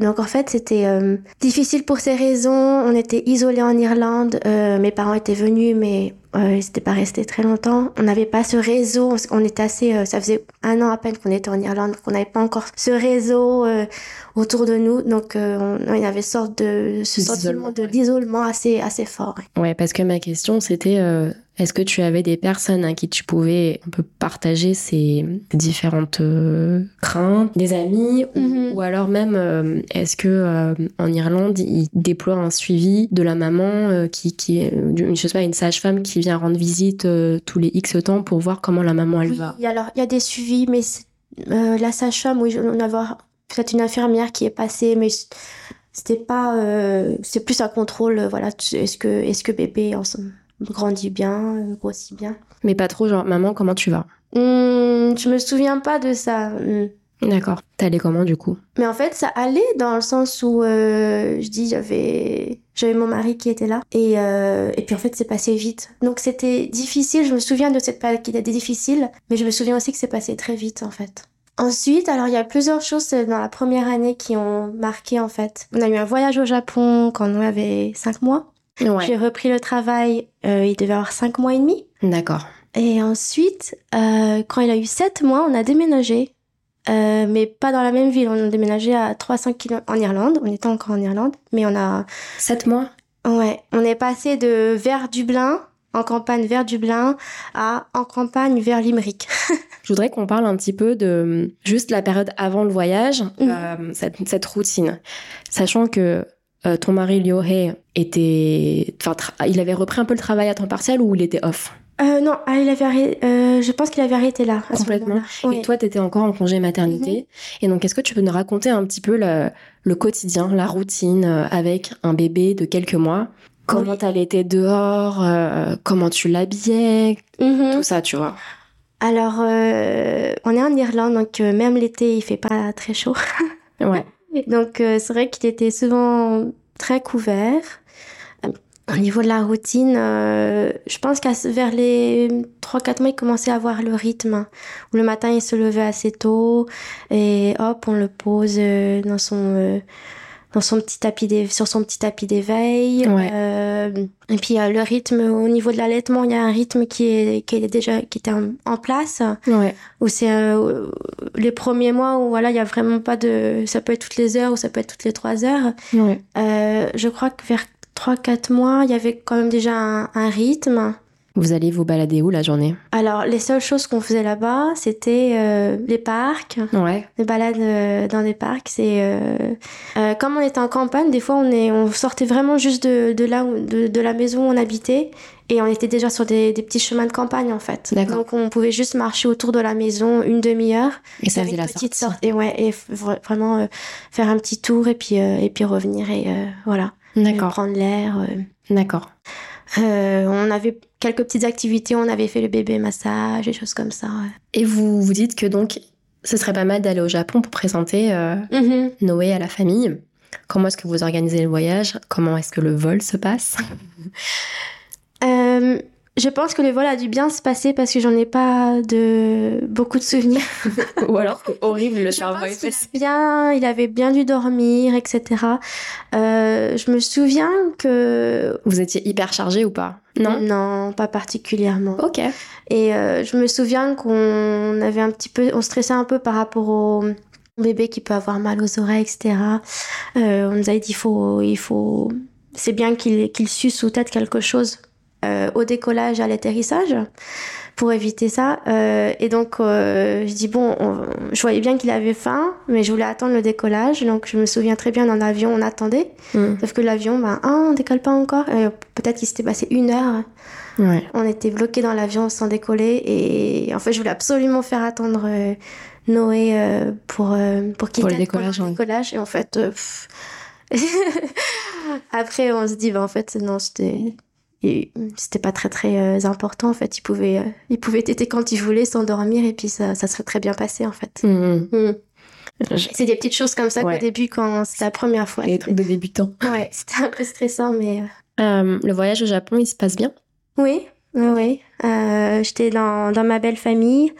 A: Donc en fait, c'était euh, difficile pour ces raisons. On était isolés en Irlande. Euh, mes parents étaient venus, mais euh, ils n'étaient pas restés très longtemps. On n'avait pas ce réseau. On- On était assez. euh, ça faisait un an à peine qu'on était en Irlande, qu'on n'avait pas encore ce réseau euh, autour de nous. Donc euh, on, il y avait sorte de ce sentiment
H: D'isolement,
A: de
H: ouais.
A: l'isolement assez assez fort.
H: Ouais, parce que ma question, c'était euh, est-ce que tu avais des personnes à qui tu pouvais un peu partager ces différentes euh, craintes, des amis ou-
A: Mhm.
H: ou, alors même euh, est-ce que euh, en Irlande ils déploient un suivi de la maman euh, qui qui est euh, je sais pas une sage-femme qui vient rendre visite euh, tous les X temps pour voir comment la maman elle
A: Oui,
H: va.
A: il y a alors il y a des suivis, mais c'est- euh, la sage-femme, oui, on avait peut-être une infirmière qui est passée, mais c- c'était pas, euh, c'est plus un contrôle, euh, voilà, tu- est-ce que est-ce que bébé en somme, grandit bien, euh, grossit bien.
H: Mais pas trop genre maman comment tu vas
A: Hmm, je me souviens pas de ça. hmm.
H: D'accord. T'allais comment du coup
A: Mais en fait, ça allait dans le sens où euh, je dis j'avais j'avais mon mari qui était là et euh, et puis en fait c'est passé vite. Donc c'était difficile. Je me souviens de cette période qui était difficile, mais je me souviens aussi que c'est passé très vite en fait. Ensuite, alors il y a plusieurs choses euh, dans la première année qui ont marqué en fait. On a eu un voyage au Japon quand on avait cinq mois. J'ai repris le travail. euh, il devait avoir cinq mois et demi.
H: D'accord.
A: Et ensuite, euh, quand il a eu 7 mois, on a déménagé. Euh, mais pas dans la même ville. On a déménagé à 300 km en Irlande. On était encore en Irlande. Mais on a.
H: Sept mois
A: Ouais. On est passé de vers Dublin, en campagne vers Dublin, à en campagne vers Limerick.
H: Je voudrais qu'on parle un petit peu de euh, juste la période avant le voyage,
A: Mhm.
H: euh, cette, cette routine. Sachant que euh, ton mari Leo Hay était. Enfin, tra- il avait repris un peu le travail à temps partiel ou il était off
A: Euh, non, ah, il avait arrêté. je pense qu'il avait arrêté là. à ce
H: Complètement.
A: moment-là.
H: Et
A: Ouais. Mm-hmm.
H: toi, t'étais encore en congé maternité. Et donc, est-ce que tu peux nous raconter un petit peu le, le quotidien, la routine euh, avec un bébé de quelques mois Comment
A: Oui.
H: t'allaitais dehors euh, Comment tu l'habillais
A: Mhm.
H: Tout ça, tu vois.
A: Alors, euh, on est en Irlande, donc euh, même l'été, il fait pas très chaud.
H: Ouais.
A: Donc euh, c'est vrai qu'il était souvent très couvert. Euh, Au niveau de la routine, euh, je pense qu'à ce- vers les 3-4 mois, il commençait à avoir le rythme. Le matin, il se levait assez tôt et hop, on le pose euh, dans son euh, dans son petit tapis d'é- sur son petit tapis d'éveil.
H: Ouais.
A: Euh, et puis euh, le rythme au niveau de l'allaitement, il y a un rythme qui est qui est déjà qui était en- en place
H: Ouais.
A: où c'est euh, les premiers mois où voilà il y a vraiment pas de ça peut être toutes les heures ou ça peut être toutes les trois heures
H: Ouais.
A: Euh, je crois que vers trois quatre mois il y avait quand même déjà un, un rythme
H: Vous allez vous balader où la journée
A: alors les seules choses qu'on faisait là-bas c'était euh, les parcs
H: Ouais.
A: des balades euh, dans des parcs c'est euh, euh, comme on était en campagne des fois on est on sortait vraiment juste de, de là où, de, de la maison où on habitait et on était déjà sur des, des petits chemins de campagne en fait
H: D'accord.
A: donc on pouvait juste marcher autour de la maison une demi-heure
H: Et ça
A: faire
H: faisait
A: une
H: la
A: petite
H: sortie.
A: sortie. Et ouais, et f- vra- vraiment euh, faire un petit tour et puis euh, et puis revenir et euh, voilà,
H: D'accord,
A: prendre l'air. euh.
H: d'accord.
A: Euh, on avait quelques petites activités, on avait fait le bébé massage et choses comme ça. ouais.
H: Et vous vous dites que donc ce serait pas mal d'aller au Japon pour présenter euh, Noé à la famille. Comment est-ce que vous organisez le voyage Comment est-ce que le vol se passe
A: Euh, je pense que le vol a dû bien se passer parce que j'en ai pas de beaucoup de souvenirs.
H: <laughs> <laughs> Ou alors horrible le travail.
A: pense qu'il a bien, il avait bien dû dormir, etc. Euh, je me souviens que
H: Vous étiez hyper chargé ou pas Non.
A: non, pas particulièrement.
H: Ok.
A: Et euh, je me souviens qu'on avait un petit peu, on stressait un peu par rapport au au bébé qui peut avoir mal aux oreilles, etc. Euh, on nous avait dit il faut, il faut, c'est bien qu'il qu'il suce ou tête quelque chose euh, au décollage, à l'atterrissage, pour éviter ça. Euh, et donc euh, je dis bon, on- je voyais bien qu'il avait faim, mais je voulais attendre le décollage. Donc je me souviens très bien dans l'avion, on attendait,
H: Mm.
A: sauf que l'avion, ben ah, on décolle pas encore. Euh, Peut-être qu'il s'était passé une heure.
H: Ouais.
A: On était bloqués dans l'avion sans décoller et en fait je voulais absolument faire attendre euh, Noé euh, pour euh, pour qu'il
H: Pour le
A: t'aide
H: décollage,
A: pendant
H: ouais.
A: le décollage et en fait euh, pff. <laughs> après on se dit bah en fait non c'était et c'était pas très très euh, important en fait il pouvait euh, il pouvait téter quand il voulait s'endormir et puis ça ça serait très bien passé en fait
H: Mm.
A: Mm.
H: Je-
A: c'est des petites choses comme ça
H: Ouais.
A: qu'au début quand c'est la première fois
H: Les trucs de débutants.
A: ouais c'était un peu stressant mais euh,
H: Euh, le voyage au Japon, il se passe bien
A: Oui, oui, oui. Euh, J'étais dans, dans ma belle famille.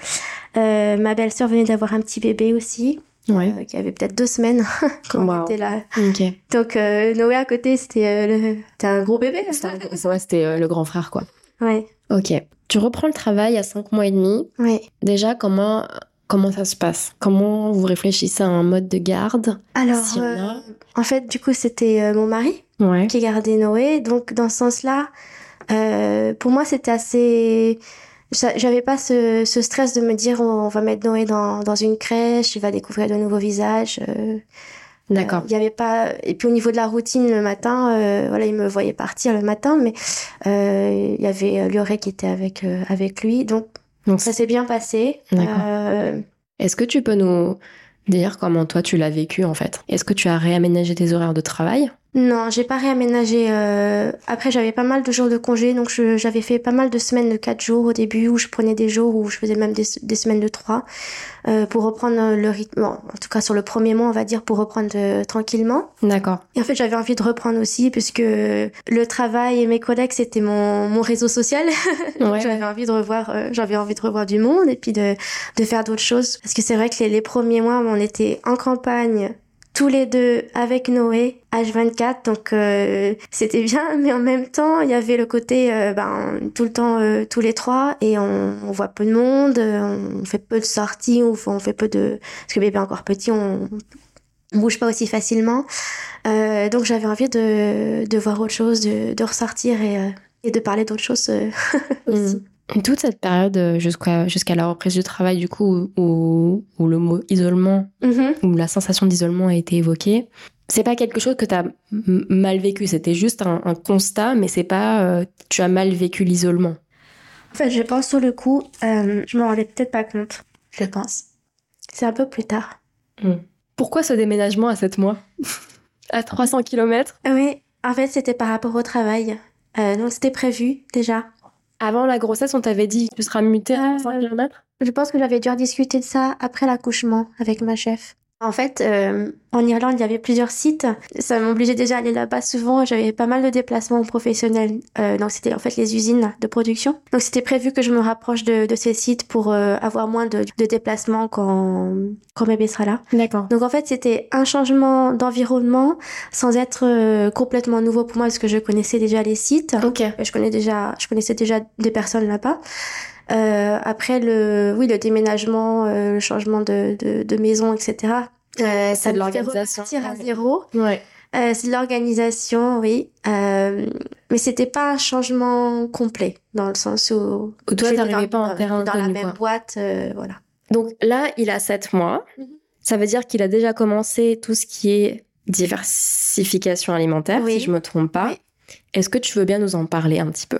A: Euh, ma belle-sœur venait d'avoir un petit bébé aussi.
H: Ouais.
A: euh, qui avait peut-être deux semaines <laughs> quand
H: Wow.
A: on était là.
H: Ok.
A: Donc euh, Noé à côté, c'était euh, le... c'était un gros bébé.
H: C'était un gros- ouais, c'était euh, le grand frère, quoi.
A: Ouais,
H: Ok. Tu reprends le travail à 5 mois et demi.
A: ouais.
H: Déjà, comment, comment ça se passe Comment vous réfléchissez à un mode de garde
A: Alors,
H: S'il y en a.
A: euh, en fait, du coup, c'était euh, mon mari
H: Ouais.
A: qui gardait Noé. Donc, dans ce sens-là, euh, pour moi, c'était assez. j'a- J'avais pas ce, ce stress de me dire on va mettre Noé dans, dans une crèche, il va découvrir de nouveaux visages. euh,
H: D'accord.
A: Il y avait pas. Et puis au niveau de la routine le matin, euh, voilà, il me voyait partir le matin, mais euh, il y avait euh, Lioré qui était avec euh, avec lui, donc
H: Donc,
A: ça s'est bien passé.
H: D'accord.
A: Euh,
H: Est-ce que tu peux nous dire comment toi tu l'as vécu en fait Est-ce que tu as réaménagé tes horaires de travail
A: non, j'ai pas réaménagé. euh, Après, j'avais pas mal de jours de congé, donc je- j'avais fait pas mal de semaines de quatre jours au début, où je prenais des jours, où je faisais même des, des semaines de trois, euh, pour reprendre euh, le rythme. bon, en tout cas, sur le premier mois, on va dire, pour reprendre euh, tranquillement.
H: D'accord.
A: Et en fait, j'avais envie de reprendre aussi, puisque le travail et mes collègues, c'était mon, mon réseau social. Donc,
H: <laughs> <laughs> Ouais.
A: J'avais envie de revoir, euh, j'avais envie de revoir du monde et puis de, de faire d'autres choses. Parce que c'est vrai que les, les premiers mois, on était en campagne, tous les deux, avec Noé, H24. Donc, euh, c'était bien, mais en même temps, il y avait le côté, euh, ben, tout le temps, euh, tous les trois, et on, on voit peu de monde, euh, on fait peu de sorties, on, fait- on fait peu de, parce que bébé est encore petit, on, on bouge pas aussi facilement. Euh, donc, j'avais envie de, de voir autre chose, de, de ressortir et, euh, et de parler d'autres choses euh, <laughs> aussi.
H: Mm. Toute cette période euh, jusqu'à jusqu'à la reprise du travail du coup où, où le mot isolement
A: Mhm.
H: où la sensation d'isolement a été évoquée. C'est pas quelque chose que tu as mal vécu, c'était juste un, un constat, mais c'est pas euh, tu as mal vécu l'isolement.
A: En fait, je pense sur le coup, euh, je m'en rendais peut-être pas compte. Je pense. C'est un peu plus tard.
H: Pourquoi ce déménagement à 7 mois À 300 km
A: Ah Oui, en fait, c'était par rapport au travail. Euh, donc, c'était prévu déjà.
H: Avant la grossesse, on t'avait dit tu seras mutée à 300 km
A: Je pense que j'avais dû discuter de ça après l'accouchement avec ma chef. En fait, euh, en Irlande, il y avait plusieurs sites. Ça m'obligeait déjà à aller là-bas souvent. J'avais pas mal de déplacements professionnels. Euh, donc, c'était en fait les usines de production. Donc, c'était prévu que je me rapproche de, de ces sites pour euh, avoir moins de, de déplacements quand, quand bébé sera là.
H: D'accord.
A: Donc en fait, c'était un changement d'environnement sans être euh, complètement nouveau pour moi parce que je connaissais déjà les sites.
H: Ok.
A: Et Je connais déjà, je connaissais déjà des personnes là-bas. Euh, après le, oui, le déménagement, euh, le changement de, de, de maison, etc. Euh,
H: C'est de
A: me fait
H: l'organisation.
A: repartir à
H: Ah oui.
A: zéro.
H: Ouais.
A: Euh, c'est de l'organisation, oui. Euh, mais c'était pas un changement complet dans le sens où.
H: Où toi,
A: j'étais
H: t'arrivais
A: dans-
H: pas en terrain
A: Dans la
H: inconnu,
A: même
H: quoi.
A: boîte, euh, voilà.
H: Donc là, il a 7 mois. Ça veut dire qu'il a déjà commencé tout ce qui est diversification alimentaire,
A: Oui.
H: si je me trompe pas.
A: Oui.
H: Est-ce que tu veux bien nous en parler un petit peu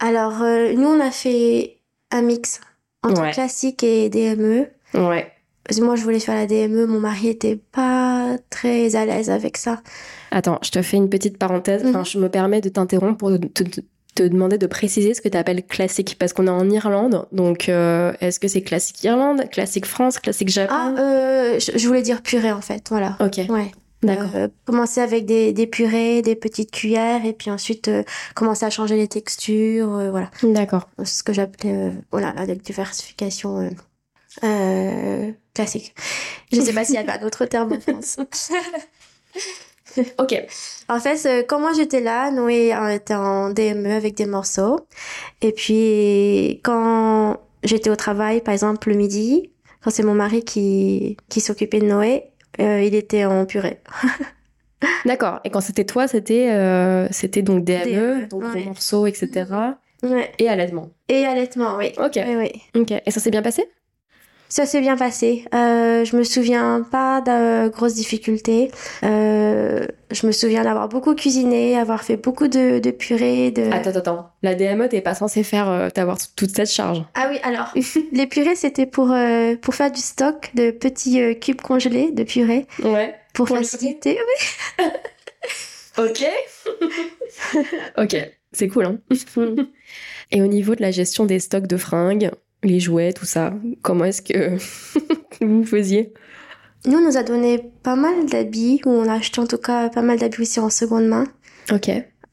A: Alors, euh, nous, on a fait un mix entre
H: Ouais.
A: classique et DME.
H: Ouais.
A: Parce que moi, je voulais faire la DME, mon mari était pas très à l'aise avec ça.
H: Attends, je te fais une petite parenthèse. Enfin,
A: Mhm.
H: je me permets de t'interrompre pour te, te- te demander de préciser ce que tu appelles classique, parce qu'on est en Irlande. Donc, euh, est-ce que c'est classique Irlande, classique France, classique
A: Ah,
H: Japon
A: euh, je, je voulais dire purée, en fait, voilà.
H: Ok,
A: Ouais.
H: d'accord.
A: Euh, commencer avec des, des purées, des petites cuillères, et puis ensuite euh, commencer à changer les textures, euh, voilà.
H: D'accord.
A: C'est ce que j'appelais, euh, voilà, la diversification euh, euh, classique. Je <laughs> sais pas s'il y avait un autre terme en France.
H: Ok.
A: <laughs> En fait, euh, quand moi j'étais là, Noé euh, était en DME avec des morceaux. Et puis, quand j'étais au travail, par exemple le midi, quand c'est mon mari qui, qui s'occupait de Noé, euh, il était en purée.
H: D'accord. Et quand c'était toi, c'était euh, c'était donc DME,
A: DME,
H: donc
A: E, ouais.
H: gros morceaux, etc.
A: Ouais.
H: Et allaitement.
A: Et allaitement, oui.
H: Ok.
A: Oui, oui.
H: Ok. Et ça s'est bien passé
A: Ça s'est bien passé. Euh, je me souviens pas de grosses difficultés. Euh, je me souviens d'avoir beaucoup cuisiné, avoir fait beaucoup de, de purée. De...
H: Attends, attends, attends. La DME, t'es pas censé faire euh, t'avoir toute cette charge.
A: Ah oui,
H: <laughs>
A: alors, les purées, c'était pour, euh, pour faire du stock de petits euh, cubes congelés de purée
H: Ouais.
A: pour,
H: Pour le
A: faciliter. Oui,
H: Ok. <laughs> ok. C'est cool, <laughs> hein Et au niveau de la gestion des stocks de fringues, les jouets, tout ça, comment est-ce que <laughs> vous faisiez
A: Nous, on nous a donné pas mal d'habits, ou on a acheté en tout cas pas mal d'habits aussi en seconde main.
H: Ok.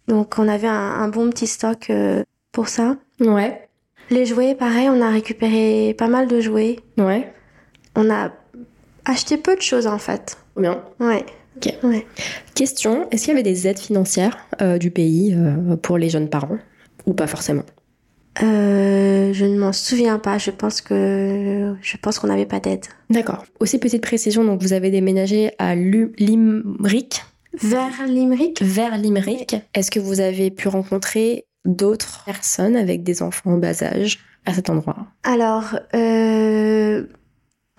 A: Donc, on avait un, un bon petit stock euh, pour ça.
H: Ouais.
A: Les jouets, pareil, on a récupéré pas mal de jouets.
H: Ouais.
A: On a Acheter peu de choses en fait.
H: Combien
A: Ouais.
H: Ok.
A: Ouais.
H: Question, est-ce qu'il y avait des aides financières euh, du pays euh, pour les jeunes parents Ou pas forcément
A: Euh, je ne m'en souviens pas. Je pense que je pense qu'on n'avait pas d'aide.
H: D'accord. Aussi petite précision, donc vous avez déménagé à Lu- Limerick,
A: Vers Limerick
H: vers Limerick. Est-ce que vous avez pu rencontrer d'autres personnes avec des enfants en bas âge à cet endroit
A: Alors, euh,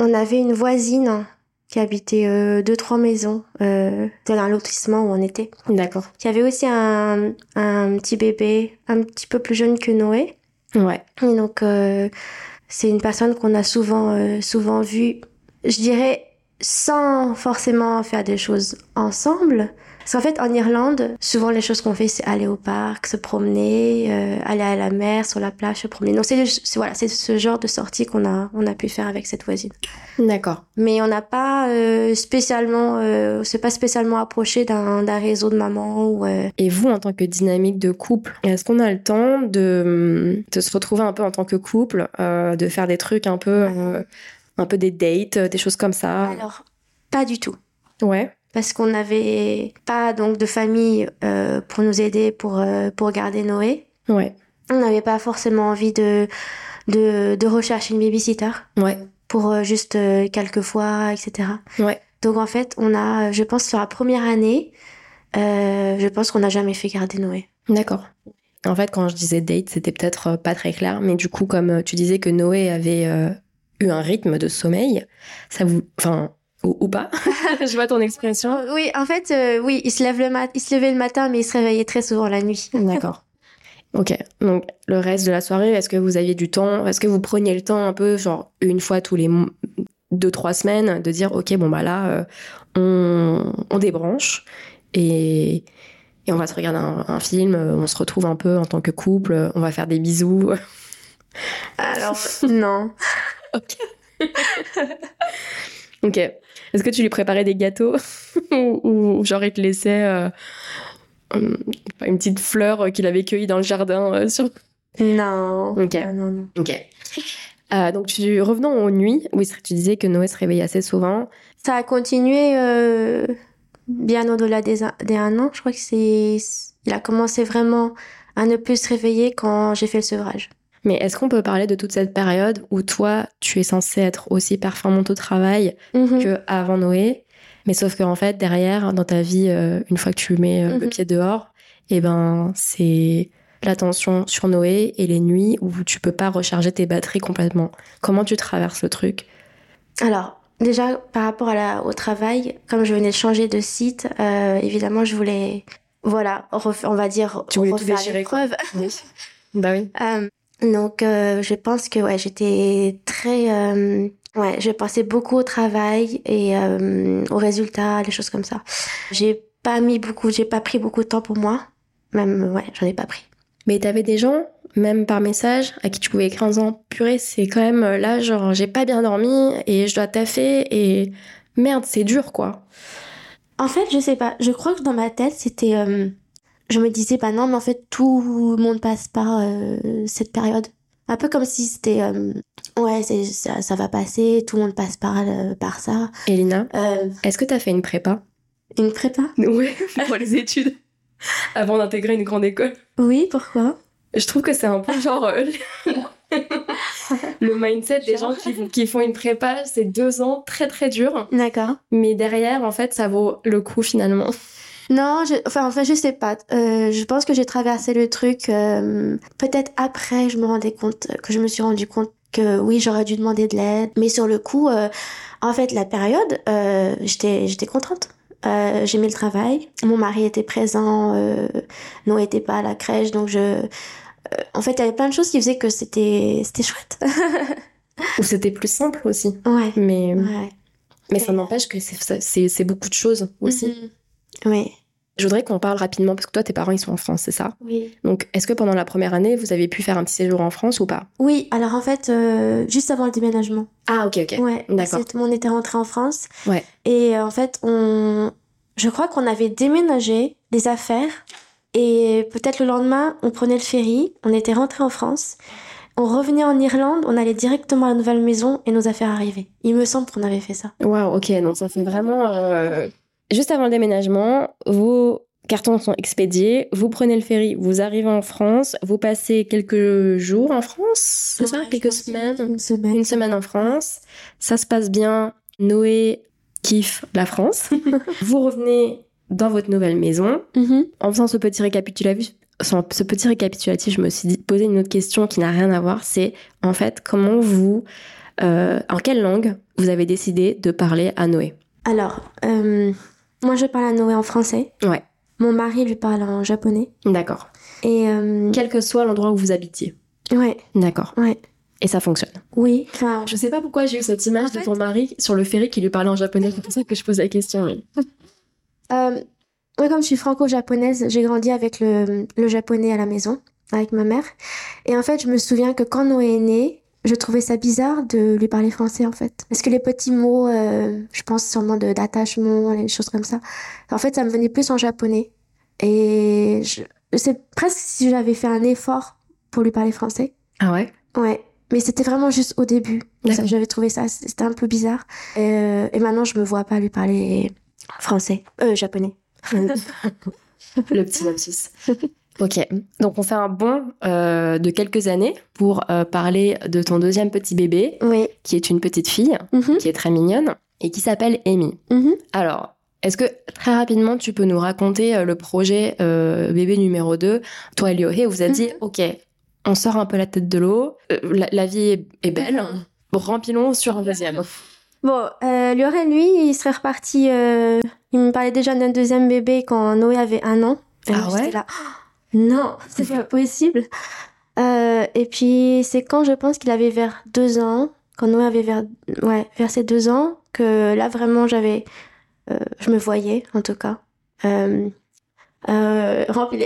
A: on avait une voisine qui habitait euh, deux trois maisons euh, dans un lotissement où on était.
H: D'accord.
A: Qui avait aussi un, un petit bébé, un petit peu plus jeune que Noé.
H: Ouais.
A: Et donc, euh, c'est une personne qu'on a souvent, euh, souvent vue, je dirais, sans forcément faire des choses ensemble. Parce qu'en fait, en Irlande, souvent les choses qu'on fait, c'est aller au parc, se promener, euh, aller à la mer, sur la plage, se promener. Donc, c'est le- c'est- voilà, c'est ce genre de sortie qu'on a, on a pu faire avec cette voisine.
H: D'accord.
A: Mais on n'a pas euh, spécialement, euh, on s'est pas spécialement approché d'un d'un réseau de mamans ou euh,
H: Et vous, en tant que dynamique de couple, est-ce qu'on a le temps de, de se retrouver un peu en tant que couple, euh, de faire des trucs un peu, euh, un peu des dates, euh, des choses comme ça
A: alors pas du tout.
H: Ouais.
A: parce qu'on n'avait pas donc de famille euh, pour nous aider pour euh, pour garder Noé.
H: Ouais.
A: On n'avait pas forcément envie de de, de rechercher une babysitter
H: Ouais.
A: pour euh, juste euh, quelques fois, etc.
H: Ouais.
A: Donc en fait, on a, euh, je pense, sur la première année, euh, je pense qu'on n'a jamais fait garder Noé.
H: D'accord. En fait, quand je disais date, c'était peut-être euh, pas très clair, mais du coup, comme euh, tu disais que Noé avait euh, eu un rythme de sommeil, ça vous. Enfin, ou, ou pas <laughs> Je vois ton expression.
A: Oui, en fait, euh, oui, il se lève le mat, il se levait le matin, mais il se réveillait très souvent la nuit.
H: D'accord. Ok, donc le reste de la soirée, est-ce que vous aviez du temps Est-ce que vous preniez le temps un peu, genre une fois tous les mo- deux, trois semaines, de dire ok, bon bah là, euh, on, on débranche et, et on va se regarder un, un film, euh, on se retrouve un peu en tant que couple, euh, on va faire des bisous. <laughs>
A: Alors non.
H: ok, est-ce que tu lui préparais des gâteaux <laughs> ou, ou- ou genre il te laissait euh, euh, une petite fleur euh, qu'il avait cueillie dans le jardin euh, sur
A: <laughs> Non.
H: Ok.
A: Ah, non, non.
H: Ok. Euh, donc, tu, revenons aux nuits. Oui, tu disais que Noé se réveillait assez souvent.
A: Ça a continué euh, bien au-delà des, un- des un an. Je crois que c'est, il a commencé vraiment à ne plus se réveiller quand j'ai fait le sevrage.
H: Mais est-ce qu'on peut parler de toute cette période où toi, tu es censée être aussi performante au travail
A: Mhm.
H: que avant Noé Mais sauf qu'en fait, derrière, dans ta vie, euh, une fois que tu mets euh, le
A: Mhm.
H: pied dehors, eh ben, c'est l'attention sur Noé et les nuits où tu peux pas recharger tes batteries complètement. Comment tu traverses le truc
A: Alors, déjà, par rapport à la, au travail, comme je venais de changer de site, euh, évidemment, je voulais, voilà, ref- on va dire,
H: Tu voulais tout
A: refaire
H: déchirer, quoi.
A: l'épreuve.
H: <laughs> Bah oui.
A: Euh, donc, euh, je pense que ouais, j'étais très. euh, ouais, je pensais beaucoup au travail et euh, aux résultats, les choses comme ça. J'ai pas mis beaucoup, j'ai pas pris beaucoup de temps pour moi. Même, ouais, j'en ai pas pris.
H: Mais t'avais des gens, même par message, à qui tu pouvais écrire en disant purée, c'est quand même euh, là, genre, j'ai pas bien dormi et je dois taffer et merde, c'est dur quoi.
A: En fait, je sais pas. Je crois que dans ma tête, c'était. euh, je me disais, bah non, mais en fait, tout le monde passe par euh, cette période. Un peu comme si c'était. euh, ouais, c'est- ça, ça va passer, tout le monde passe par, euh, par ça.
H: Elina,
A: Euh,
H: est-ce que t'as fait une prépa
A: une prépa
H: <laughs> Ouais, pour les études, <laughs> avant d'intégrer une grande école.
A: Oui, pourquoi
H: Je trouve que c'est un peu genre euh, <laughs> le mindset des gens qui, qui font une prépa, c'est deux ans très très dur,
A: D'accord.
H: mais derrière, en fait, ça vaut le coup finalement.
A: Non, je, enfin, en fait, je sais pas. Euh, je pense que j'ai traversé le truc. euh, Peut-être après, je me rendais compte euh, que je me suis rendu compte que oui, j'aurais dû demander de l'aide. Mais sur le coup, euh, en fait, la période, euh, j'étais, j'étais contente. Euh, J'aimais le travail. Mon mari était présent. Euh, non, était pas à la crèche, donc je. euh, en fait, il y avait plein de choses qui faisaient que c'était, c'était chouette. <laughs>
H: Ou c'était plus simple aussi.
A: ouais.
H: Mais,
A: Ouais.
H: mais ça n'empêche que c'est- c'est c'est beaucoup de choses aussi.
A: Mhm. Oui.
H: Je voudrais qu'on parle rapidement parce que toi, tes parents, ils sont en France, c'est ça
A: Oui.
H: Donc, est-ce que pendant la première année, vous avez pu faire un petit séjour en France ou pas
A: Oui. Alors en fait, euh, juste avant le déménagement.
H: Ah, ok, ok.
A: Ouais,
H: D'accord.
A: c'est- On était rentré en France.
H: Ouais.
A: Et euh, en fait, on, je crois qu'on avait déménagé des affaires. Et peut-être le lendemain, on prenait le ferry. On était rentré en France. On revenait en Irlande, on allait directement à la nouvelle maison et nos affaires arrivaient. Il me semble qu'on avait fait ça.
H: Waouh, ok, donc ça fait vraiment. euh, Juste avant le déménagement, vos cartons sont expédiés, vous prenez le ferry, vous arrivez en France, vous passez quelques jours en France, c'est ça
A: Ouais, je
H: Quelques
A: pense qu'il y a
H: semaines
A: Une semaine.
H: Une semaine en France, ça se passe bien, Noé kiffe la France. vous revenez dans votre nouvelle maison,
A: Mhm.
H: en faisant ce petit récapitulatif, sans- ce petit récapitulatif, je me suis dit- posé une autre question qui n'a rien à voir. C'est en fait comment vous, euh, en quelle langue vous avez décidé de parler à Noé
A: Alors, euh, moi je parle à Noé en français.
H: Ouais.
A: Mon mari lui parle en japonais.
H: D'accord.
A: Et euh,
H: Quel que soit l'endroit où vous habitiez.
A: ouais,
H: D'accord.
A: Ouais.
H: Et ça fonctionne.
A: oui. Enfin,
H: Je sais pas pourquoi j'ai eu cette image de ton mari sur le ferry qui lui parlait en japonais. C'est pour ça que je pose la question. oui.
A: euh, ouais, comme je suis franco-japonaise, j'ai grandi avec le, le japonais à la maison, avec ma mère. Et en fait, je me souviens que quand Noé est né, je trouvais ça bizarre de lui parler français en fait. Parce que les petits mots, euh, je pense sûrement de- d'attachement, les choses comme ça. En fait, ça me venait plus en japonais. Et je- c'est presque si j'avais fait un effort pour lui parler français.
H: Ah ouais
A: Ouais, mais c'était vraiment juste au début. Ça,
H: D'accord.
A: J'avais trouvé ça, c'était un peu bizarre. Euh, et maintenant, je me vois pas lui parler français, euh, japonais.
H: Le petit <laughs> lapsus. Ok, donc on fait un bond euh, de quelques années pour euh, parler de ton deuxième petit bébé,
A: oui.
H: qui est une petite fille.
A: Mhm,
H: qui est très mignonne et qui s'appelle Amy.
A: mhm.
H: Alors, est-ce que très rapidement tu peux nous raconter euh, le projet euh, bébé numéro 2 Toi, Eliohe, vous a dit OK, on sort un peu la tête de l'eau, euh, la, la vie est, est belle, remplissons sur un deuxième.
A: Bon, euh, Lioren, lui, il serait reparti. euh, il me parlait déjà d'un deuxième bébé quand Noé avait un an. Et
H: Ah
A: moi, j'étais
H: ouais
A: là, <gasps> Oh, Non, c'est pas possible. Euh, et puis, c'est quand je pense qu'il avait vers deux ans, quand Noé avait vers, ouais, vers ses deux ans, que là vraiment j'avais. euh, je me voyais, en tout cas. Euh, euh, <laughs> remplie.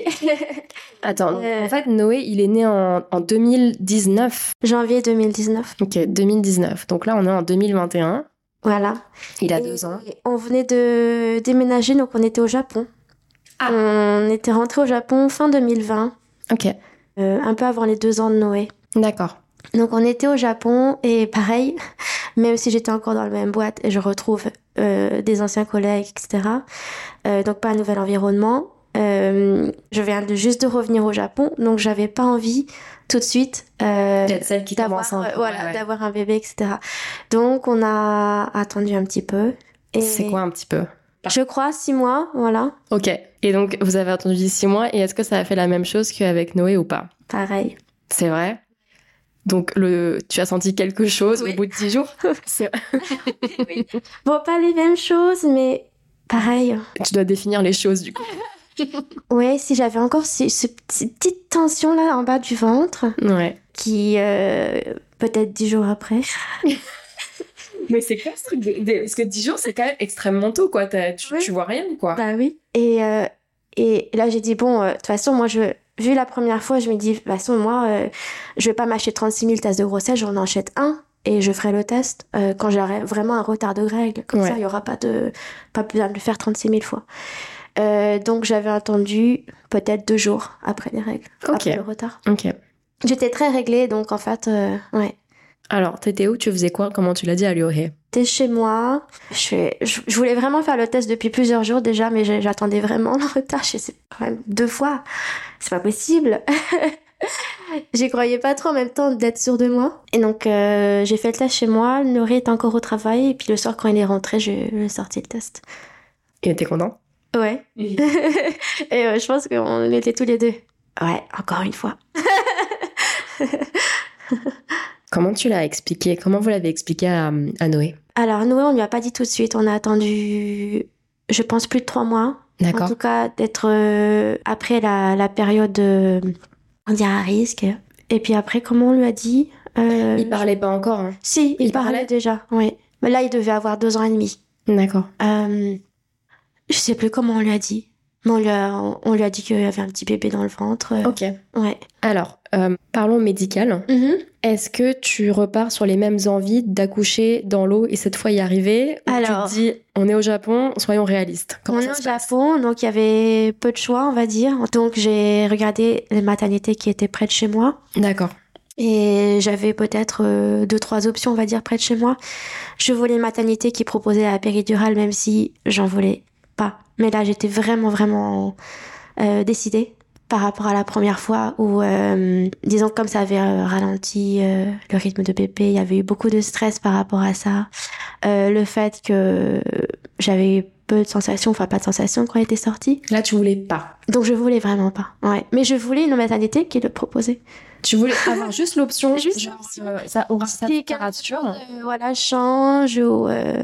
H: Attends,
A: Euh.
H: en fait, Noé, il est né en, en 2019.
A: Janvier 2019.
H: Ok, 2019. Donc là, on est en 2021.
A: Voilà.
H: Il a
A: Et
H: deux ans.
A: On venait de déménager, donc on était au Japon.
H: Ah.
A: On était rentré au Japon fin 2020,
H: Ok,
A: euh, un peu avant les deux ans de Noé.
H: d'accord.
A: Donc on était au Japon et pareil, <laughs> même si j'étais encore dans la même boîte et je retrouve euh, des anciens collègues, etc. euh, donc pas un nouvel environnement. Euh, je viens de, juste de revenir au Japon, donc j'avais pas envie tout de suite euh,
H: Peut-être celle qui
A: d'avoir
H: t'avance un
A: euh,
H: peu,
A: voilà,
H: ouais, ouais.
A: d'avoir un bébé, etc. Donc on a attendu un petit peu. Et
H: C'est quoi un petit peu
A: Je crois six mois, voilà.
H: Ok. Et donc, vous avez attendu six mois, et est-ce que ça a fait la même chose qu'avec Noé ou pas
A: Pareil.
H: C'est vrai. Donc, le, tu as senti quelque chose
A: Oui.
H: au bout de 10 jours <laughs> C'est-
A: Bon, pas les mêmes choses, mais pareil.
H: Tu dois définir les choses, du coup.
A: Ouais, si j'avais encore ce, ce- ces petites tensions là en bas du ventre,
H: Ouais.
A: qui euh, peut-être dix jours après.
H: Mais c'est quoi ce truc Parce que 10 jours, c'est quand même extrêmement tôt, quoi. Tu,
A: Oui. tu
H: vois rien, quoi.
A: Bah oui. Et, euh, et là, j'ai dit, bon, euh, de toute façon, moi, je, vu la première fois, je me dis, de toute façon, moi, euh, je vais pas m'acheter 36 000 tasses de grossesse, j'en achète un. Et je ferai le test euh, quand j'aurai vraiment un retard de règles. Comme
H: Ouais.
A: ça, il n'y aura pas, de, pas besoin de le faire 36 000 fois. Euh, donc, j'avais attendu peut-être deux jours après les règles,
H: Ok.
A: après le retard.
H: Ok.
A: J'étais très réglée, donc en fait, euh, ouais.
H: Alors, t'étais où Tu faisais quoi Comment tu l'as dit à Lioré
A: T'es chez moi. Je, fais- je, je voulais vraiment faire le test depuis plusieurs jours déjà, mais j'ai- j'attendais vraiment le retard. Je sais quand même deux fois. C'est pas possible. <laughs> J'y croyais pas trop en même temps d'être sûre de moi. Et donc, euh, j'ai fait le test chez moi. Nourri est encore au travail. Et puis le soir, quand il est rentré, je lui ai sorti le test.
H: Il était content
A: Ouais.
H: Oui.
A: <laughs> et euh, je pense qu'on était tous les deux. Ouais, encore une fois.
H: Comment tu l'as expliqué Comment vous l'avez expliqué à, à Noé
A: Alors, Noé, on lui a pas dit tout de suite. On a attendu, je pense, plus de trois mois. En
H: D'accord.
A: tout cas, d'être euh, après la, la période, euh, on dirait à risque. Et puis après, comment on lui a dit Euh,
H: Il parlait pas encore, hein.
A: Si, il,
H: il
A: parlait,
H: parlait
A: déjà, oui. Mais là, il devait avoir deux ans et demi.
H: D'accord.
A: Euh, je sais plus comment on lui a dit. Mais on lui a, on, on lui a dit qu'il y avait un petit bébé dans le ventre. euh,
H: Ok.
A: Ouais.
H: Alors, euh, parlons médical.
A: Mhm.
H: Est-ce que tu repars sur les mêmes envies d'accoucher dans l'eau et cette fois y arriver ou
A: Alors-
H: tu te dis on est au Japon, soyons réalistes. Comment
A: on
H: ça
A: est au
H: se passe
A: Japon, donc il y avait peu de choix, on va dire. Donc j'ai regardé les maternités qui étaient près de chez moi.
H: D'accord.
A: Et j'avais peut-être euh, deux, trois options, on va dire, près de chez moi. Je voulais maternité qui proposait la péridurale, même si j'en voulais pas. Mais là, j'étais vraiment, vraiment euh, décidée par rapport à la première fois où, euh, disons, comme ça avait euh, ralenti euh, le rythme de bébé, il y avait eu beaucoup de stress par rapport à ça. Euh, le fait que j'avais eu peu de sensations, enfin pas de sensations quand elle était sortie.
H: Là, tu voulais pas.
A: Donc je voulais vraiment pas. Ouais. Mais je voulais une maternité qui le proposait.
H: Tu voulais avoir juste
A: <laughs>
H: l'option.
A: Juste
H: genre,
A: l'option.
H: euh, ça aura sa
A: Si,
H: température.
A: Euh, voilà, change ou... euh,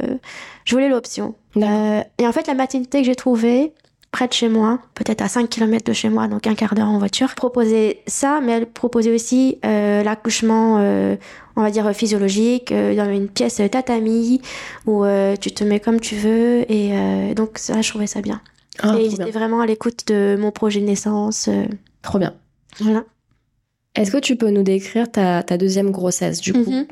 A: je voulais l'option.
H: D'accord.
A: Euh, et en fait, la maternité que j'ai trouvée près de chez moi, peut-être à 5 km de chez moi, donc un quart d'heure en voiture, proposait ça, mais elle proposait aussi euh, l'accouchement, euh, on va dire, physiologique, euh, dans une pièce tatami, où euh, tu te mets comme tu veux. Et euh, donc ça, je trouvais ça bien.
H: Ah,
A: et
H: trop, bien.
A: j'étais vraiment à l'écoute de mon projet de naissance. euh,
H: Trop bien.
A: voilà.
H: Est-ce que tu peux nous décrire ta, ta deuxième grossesse du coup
A: Mhm.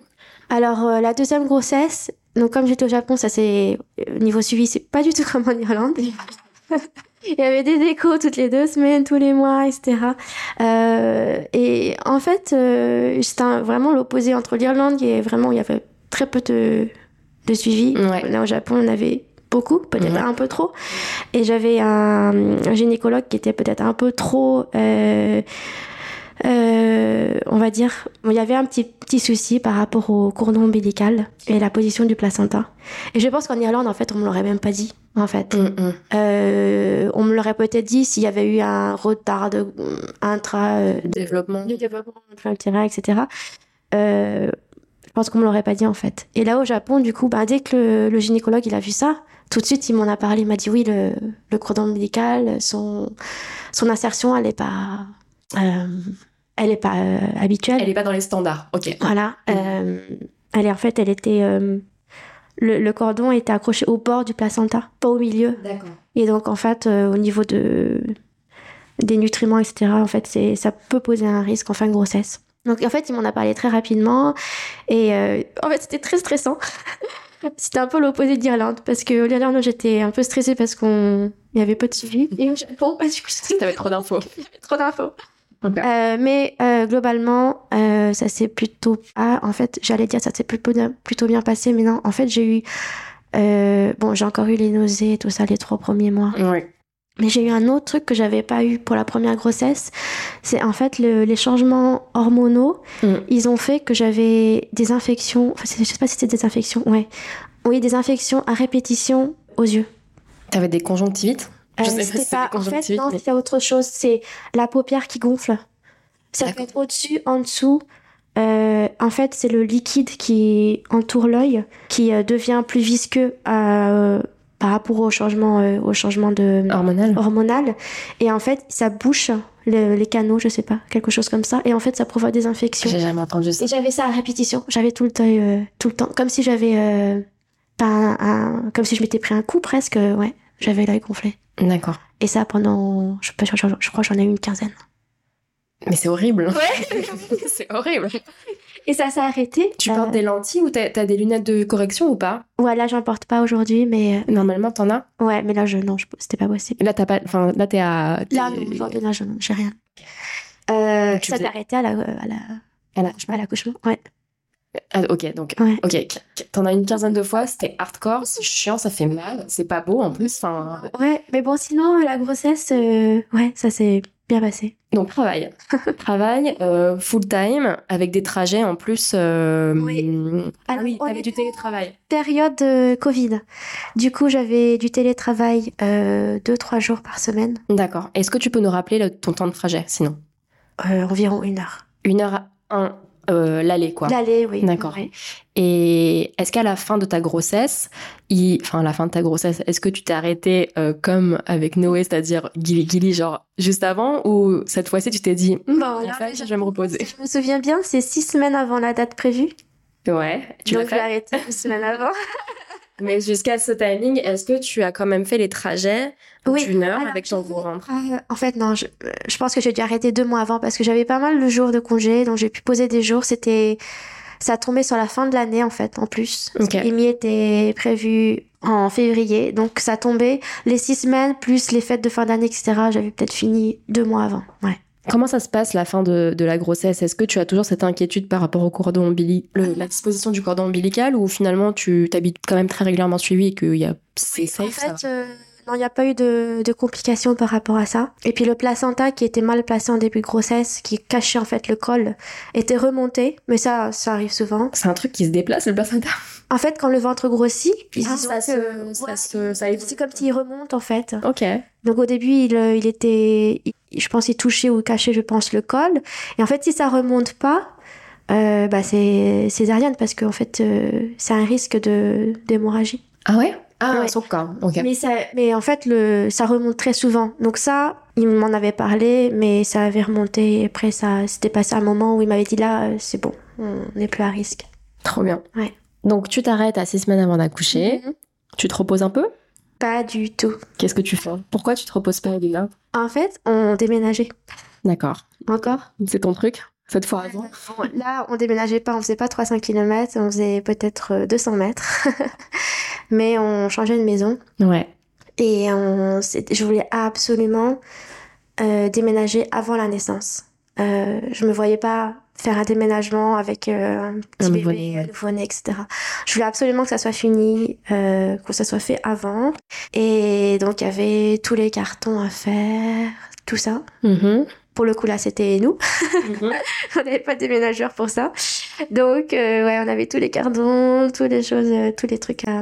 A: Alors, euh, la deuxième grossesse, donc comme j'étais au Japon, ça c'est. euh, Niveau suivi, c'est pas du tout <laughs> comme en Irlande. Il y avait des échos toutes les deux semaines, tous les mois, etc. Euh, et en fait, euh, c'était un- vraiment l'opposé entre l'Irlande, qui est vraiment où il y avait très peu de, de suivi.
H: Ouais.
A: Là, au Japon, on avait beaucoup, peut-être
H: Ouais.
A: un peu trop. Et j'avais un, un gynécologue qui était peut-être un peu trop, euh, euh, on va dire, bon, il y avait un petit, petit souci par rapport au cordon ombilical et la position du placenta. Et je pense qu'en Irlande, en fait, on me l'aurait même pas dit, en fait.
H: Mhm.
A: Euh, on me l'aurait peut-être dit s'il y avait eu un retard de, intra... euh,
H: Développement.
A: du développement intra-utérin, etc. Euh, je pense qu'on me l'aurait pas dit en fait. Et là au Japon, du coup, bah, dès que le, le gynécologue il a vu ça, tout de suite il m'en a parlé, il m'a dit oui le, le cordon ombilical, son son insertion elle est pas, euh, elle est pas euh, habituelle.
H: Elle est pas dans les standards. Ok.
A: Voilà.
H: Mhm.
A: euh, elle est en fait elle était euh, le, le cordon était accroché au bord du placenta, pas au milieu.
H: D'accord.
A: Et donc, en fait, euh, au niveau de, des nutriments, etc., en fait, c'est, ça peut poser un risque en fin de grossesse. Donc, en fait, il m'en a parlé très rapidement. Et euh, en fait, c'était très stressant. <laughs> c'était un peu l'opposé d'Irlande. Parce que l'Irlande, j'étais un peu stressée parce qu'on il y avait pas de suivi. Et au Japon, bah, du coup, c'était
H: T'avais trop d'infos.
A: <laughs> trop d'infos.
H: Ok.
A: Euh, mais euh, globalement, euh, ça s'est plutôt. Ah, en fait, j'allais dire ça s'est plutôt, bien- plutôt bien passé, mais non, en fait, j'ai eu. euh, bon, j'ai encore eu les nausées et tout ça les trois premiers mois.
H: Ouais.
A: Mais j'ai eu un autre truc que j'avais pas eu pour la première grossesse. C'est en fait le- les changements hormonaux.
H: Mm.
A: Ils ont fait que j'avais des infections. Enfin, c'est- je sais pas si c'était des infections. Ouais. Oui, des infections à répétition aux yeux.
H: T'avais des conjonctivites Je sais pas
A: Euh, c'était
H: si c'est des
A: en fait,
H: conjonctivites,
A: non,
H: mais-
A: c'est autre chose. C'est la paupière qui gonfle. Ça peut
H: D'accord.
A: être au-dessus, en dessous. Euh, en fait, c'est le liquide qui entoure l'œil qui euh, devient plus visqueux euh, par rapport au changement, euh, au changement de
H: Hormonal.
A: hormonale. Et en fait, ça bouche le- les canaux, je sais pas, quelque chose comme ça. Et en fait, ça provoque des infections.
H: J'ai jamais entendu ça.
A: Et j'avais ça à répétition. J'avais tout le temps, euh, tout le temps, comme si j'avais, euh, pas un, un- comme si je m'étais pris un coup presque. euh, Ouais, j'avais l'œil gonflé.
H: D'accord.
A: Et ça pendant, je, je- je- je crois, que j'en ai eu une quinzaine.
H: Mais c'est horrible. <laughs> c'est horrible.
A: Et ça s'est arrêté.
H: Tu
A: Euh,
H: portes des lentilles ou t'as t'as des lunettes de correction ou pas
A: Ouais, là, j'en porte pas aujourd'hui, mais
H: Normalement, t'en as.
A: euh, ouais, mais là, je non, je- c'était pas possible.
H: Là, t'as pas. Enfin, là, t'es à.
A: Là,
H: t'es-
A: non, aujourd'hui, là, je- j'ai rien. Euh,
H: Donc, tu
A: ça s'est
H: faisais-
A: arrêté à la, à la,
H: À la-
A: je sais pas, à l'accouchement. Ouais.
H: Ah, ok, donc.
A: Ouais.
H: Ok, t'en as une quinzaine de fois, c'était hardcore, c'est chiant, ça fait mal, c'est pas beau en plus. Enfin,
A: Ouais, mais bon, sinon, la grossesse, euh, ouais, ça s'est bien passé.
H: donc <laughs> travail, travail euh, full time avec des trajets en plus. euh,
A: Oui.
H: Ah
A: Alors,
H: oui,
A: on
H: avec
A: est-
H: du télétravail.
A: Période euh, Covid. Du coup, j'avais du télétravail euh, deux, trois jours par semaine,
H: D'accord. Est-ce que tu peux nous rappeler le- ton temps de trajet, sinon
A: euh, environ une heure.
H: Une heure à un euh, l'aller quoi.
A: L'aller, oui.
H: D'accord.
A: Ouais.
H: Et est-ce qu'à la fin de ta grossesse, il... enfin à la fin de ta grossesse, est-ce que tu t'es arrêtée euh, comme avec Noé, c'est-à-dire guili guili genre juste avant, ou cette fois-ci tu t'es dit, Hum,
A: Bon,
H: en
A: là,
H: fait,
A: Bah, déjà-
H: je vais me reposer.
A: Si je me souviens bien, c'est six semaines avant la date prévue.
H: Ouais. Tu l'as
A: donc, j'ai
H: fait.
A: arrêté une semaine
H: <laughs>
A: avant.
H: Mais jusqu'à ce timing, est-ce que tu as quand même fait les trajets
A: Oui,
H: d'une heure
A: alors,
H: avec ton
A: je-
H: gros ventre
A: Euh, en fait, non, je, euh, je pense que j'ai dû arrêter deux mois avant parce que j'avais pas mal de jours de congé, donc j'ai pu poser des jours. C'était, ça tombait sur la fin de l'année en fait, en plus.
H: Ok.
A: Amy était prévu en février, donc ça tombait les six semaines plus les fêtes de fin d'année, etc. J'avais peut-être fini deux mois avant. Ouais.
H: Comment ça se passe la fin de, de la grossesse Est-ce que tu as toujours cette inquiétude par rapport au cordon ombilical, la disposition du cordon ombilical, ou finalement tu t'habites quand même très régulièrement suivi et que y a... c'est safe
A: En
H: ça va
A: fait, euh, non, il n'y a pas eu de, de complications par rapport à ça. Et puis le placenta qui était mal placé en début de grossesse, qui cachait en fait le col, était remonté, mais ça, ça arrive souvent.
H: C'est un truc qui se déplace le placenta.
A: En fait, quand le ventre grossit, ils
H: Ah,
A: disent
H: ça
A: que-
H: se- ça
A: ouais,
H: se- ça évolue.
A: c'est comme s'il remonte en fait.
H: Ok.
A: Donc au début, il, euh, il était, il- je pense, il touchait ou cachait, je pense, le col. Et en fait, si ça remonte pas, euh, bah c'est césarienne parce qu'en fait, euh, c'est un risque de d'hémorragie.
H: Ah ouais Ah
A: Ouais.
H: son corps. Ok.
A: Mais, ça, mais en fait, le, ça remonte très souvent. Donc ça, il m'en avait parlé, mais ça avait remonté. Et après, ça, c'était passé un moment où il m'avait dit là, euh, c'est bon, on n'est plus à risque.
H: Trop bien.
A: Ouais.
H: Donc tu t'arrêtes à six semaines avant d'accoucher.
A: Mhm.
H: Tu te reposes un peu
A: Pas du tout.
H: Qu'est-ce que tu fais Pourquoi tu te reposes pas, Elina
A: En fait, on déménageait.
H: D'accord.
A: Encore
H: C'est ton truc Cette fois avant
A: Bon, Là, on déménageait pas, on faisait pas 300 km, on faisait peut-être euh, 200 mètres. <laughs> mais on changeait de maison.
H: Ouais.
A: Et on, s'est- je voulais absolument euh, déménager avant la naissance. Euh, je me voyais pas faire un déménagement avec euh, un petit
H: Un
A: bébé,
H: nouveau-né, ouais.
A: un nouveau-né, etc. Je voulais absolument que ça soit fini, euh, que ça soit fait avant. Et donc, il y avait tous les cartons à faire, tout ça.
H: Mhm.
A: Pour le coup, là, c'était nous. <laughs> on n'avait pas de déménageur pour ça. Donc, euh, ouais, on avait tous les cartons, toutes les choses, euh, tous les trucs à...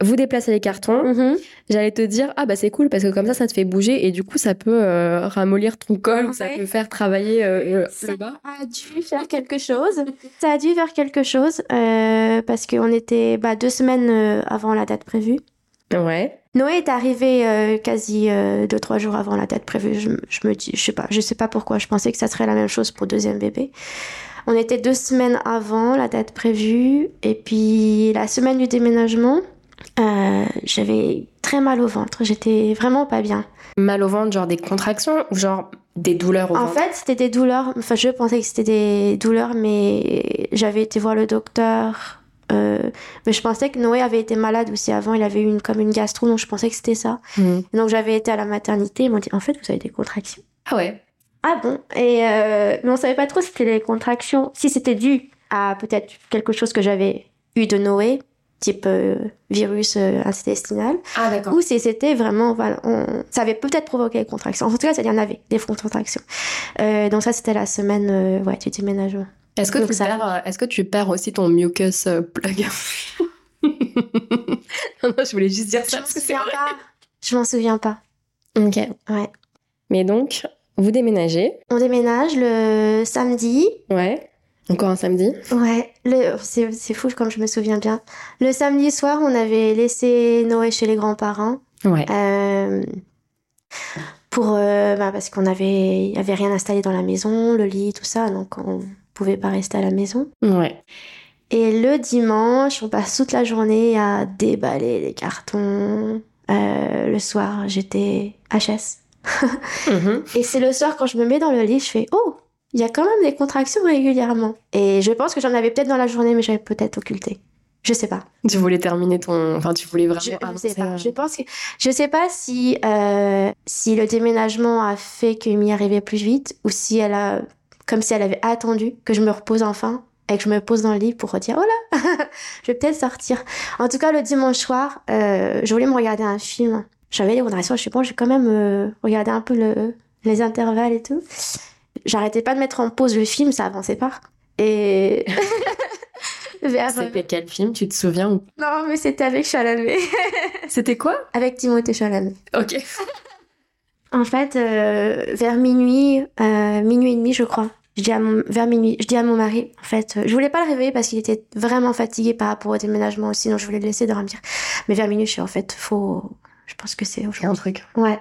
H: Vous déplacez les cartons. J'allais te dire, ah bah c'est cool parce que comme ça, ça te fait bouger et du coup, ça peut euh, ramollir ton col, ou ça
A: Ouais.
H: peut faire travailler euh, le,
A: Ça
H: le bas.
A: a dû faire quelque chose. Ça a dû faire quelque chose euh, parce qu'on était bah, deux semaines euh, avant la date prévue.
H: euh, Ouais.
A: Noé est arrivé euh, quasi euh, deux trois jours avant la date prévue. Je, me- je me dis, je sais pas, je sais pas pourquoi. Je pensais que ça serait la même chose pour deuxième bébé. On était deux semaines avant la date prévue et puis la semaine du déménagement, euh, j'avais très mal au ventre. J'étais vraiment pas bien.
H: Mal au ventre, genre des contractions ou genre des douleurs au
A: En
H: ventre
A: fait, c'était des douleurs. Enfin, je pensais que c'était des douleurs, mais j'avais été voir le docteur. euh, mais je pensais que Noé avait été malade aussi avant. Il avait eu une, comme une gastro, donc je pensais que c'était ça.
H: Mhm.
A: Donc j'avais été à la maternité. Ils m'ont dit en fait, vous avez des contractions.
H: Ah ouais.
A: Ah bon Et euh, mais on savait pas trop si c'était les contractions, si c'était dû à peut-être quelque chose que j'avais eu de Noé, type euh, virus euh, intestinal.
H: Ah d'accord.
A: Ou si c'était vraiment, voilà, on, ça avait peut-être provoqué des contractions. En tout cas, ça, il y en avait, des contractions. Euh, donc ça, c'était la semaine euh, ouais, du déménagement.
H: Est-ce que,
A: Donc
H: tu
A: ça-
H: perds, euh, est-ce que tu perds aussi ton mucus euh, plug <laughs> Non, non, je voulais juste dire ça parce que c'est vrai.
A: pas. Je m'en souviens pas.
H: Ok.
A: Ouais.
H: Mais donc, vous déménagez.
A: On déménage le samedi.
H: Ouais. Encore un samedi.
A: Ouais, le, c'est, c'est fou comme je me souviens bien. Le samedi soir, on avait laissé Noé chez les grands-parents.
H: Ouais.
A: Euh, pour, euh, bah, parce qu'on avait, il y avait rien installé dans la maison, le lit, tout ça, donc on pouvait pas rester à la maison.
H: Ouais.
A: Et le dimanche, on passe toute la journée à déballer les cartons. Euh, le soir, j'étais HS.
H: Mhm.
A: Et c'est le soir, quand je me mets dans le lit, je fais Oh, il y a quand même des contractions régulièrement. Et je pense que j'en avais peut-être dans la journée, mais j'avais peut-être occulté. Je sais pas.
H: Tu voulais terminer ton. Enfin, tu voulais vraiment.
A: Je, je
H: avancer,
A: sais pas.
H: euh,
A: Je pense que je sais pas si euh, si le déménagement a fait qu'il m'y arrivait plus vite ou si elle a comme si elle avait attendu que je me repose enfin et que je me pose dans le lit pour dire oh là <laughs> je vais peut-être sortir. En tout cas le dimanche soir, euh, je voulais me regarder un film. J'avais les contractions. Je suis bon, j'ai quand même euh, regardé un peu le, les intervalles et tout. J'arrêtais pas de mettre en pause le film, ça avançait pas. Et <laughs> vers
H: C'était quel film, tu te souviens ou-
A: non mais c'était avec Chalamet,
H: C'était quoi
A: avec Timothée Chalamet.
H: Ok.
A: En fait, euh, vers minuit, euh, minuit et demi, je crois. Je dis à mon, vers minuit, je dis à mon mari, en fait, euh, je voulais pas le réveiller parce qu'il était vraiment fatigué par rapport au déménagement aussi, donc je voulais le laisser dormir. Mais vers minuit, je suis en fait, faut, je pense que c'est
H: Il y a un
A: aujourd'hui.
H: truc.
A: Ouais.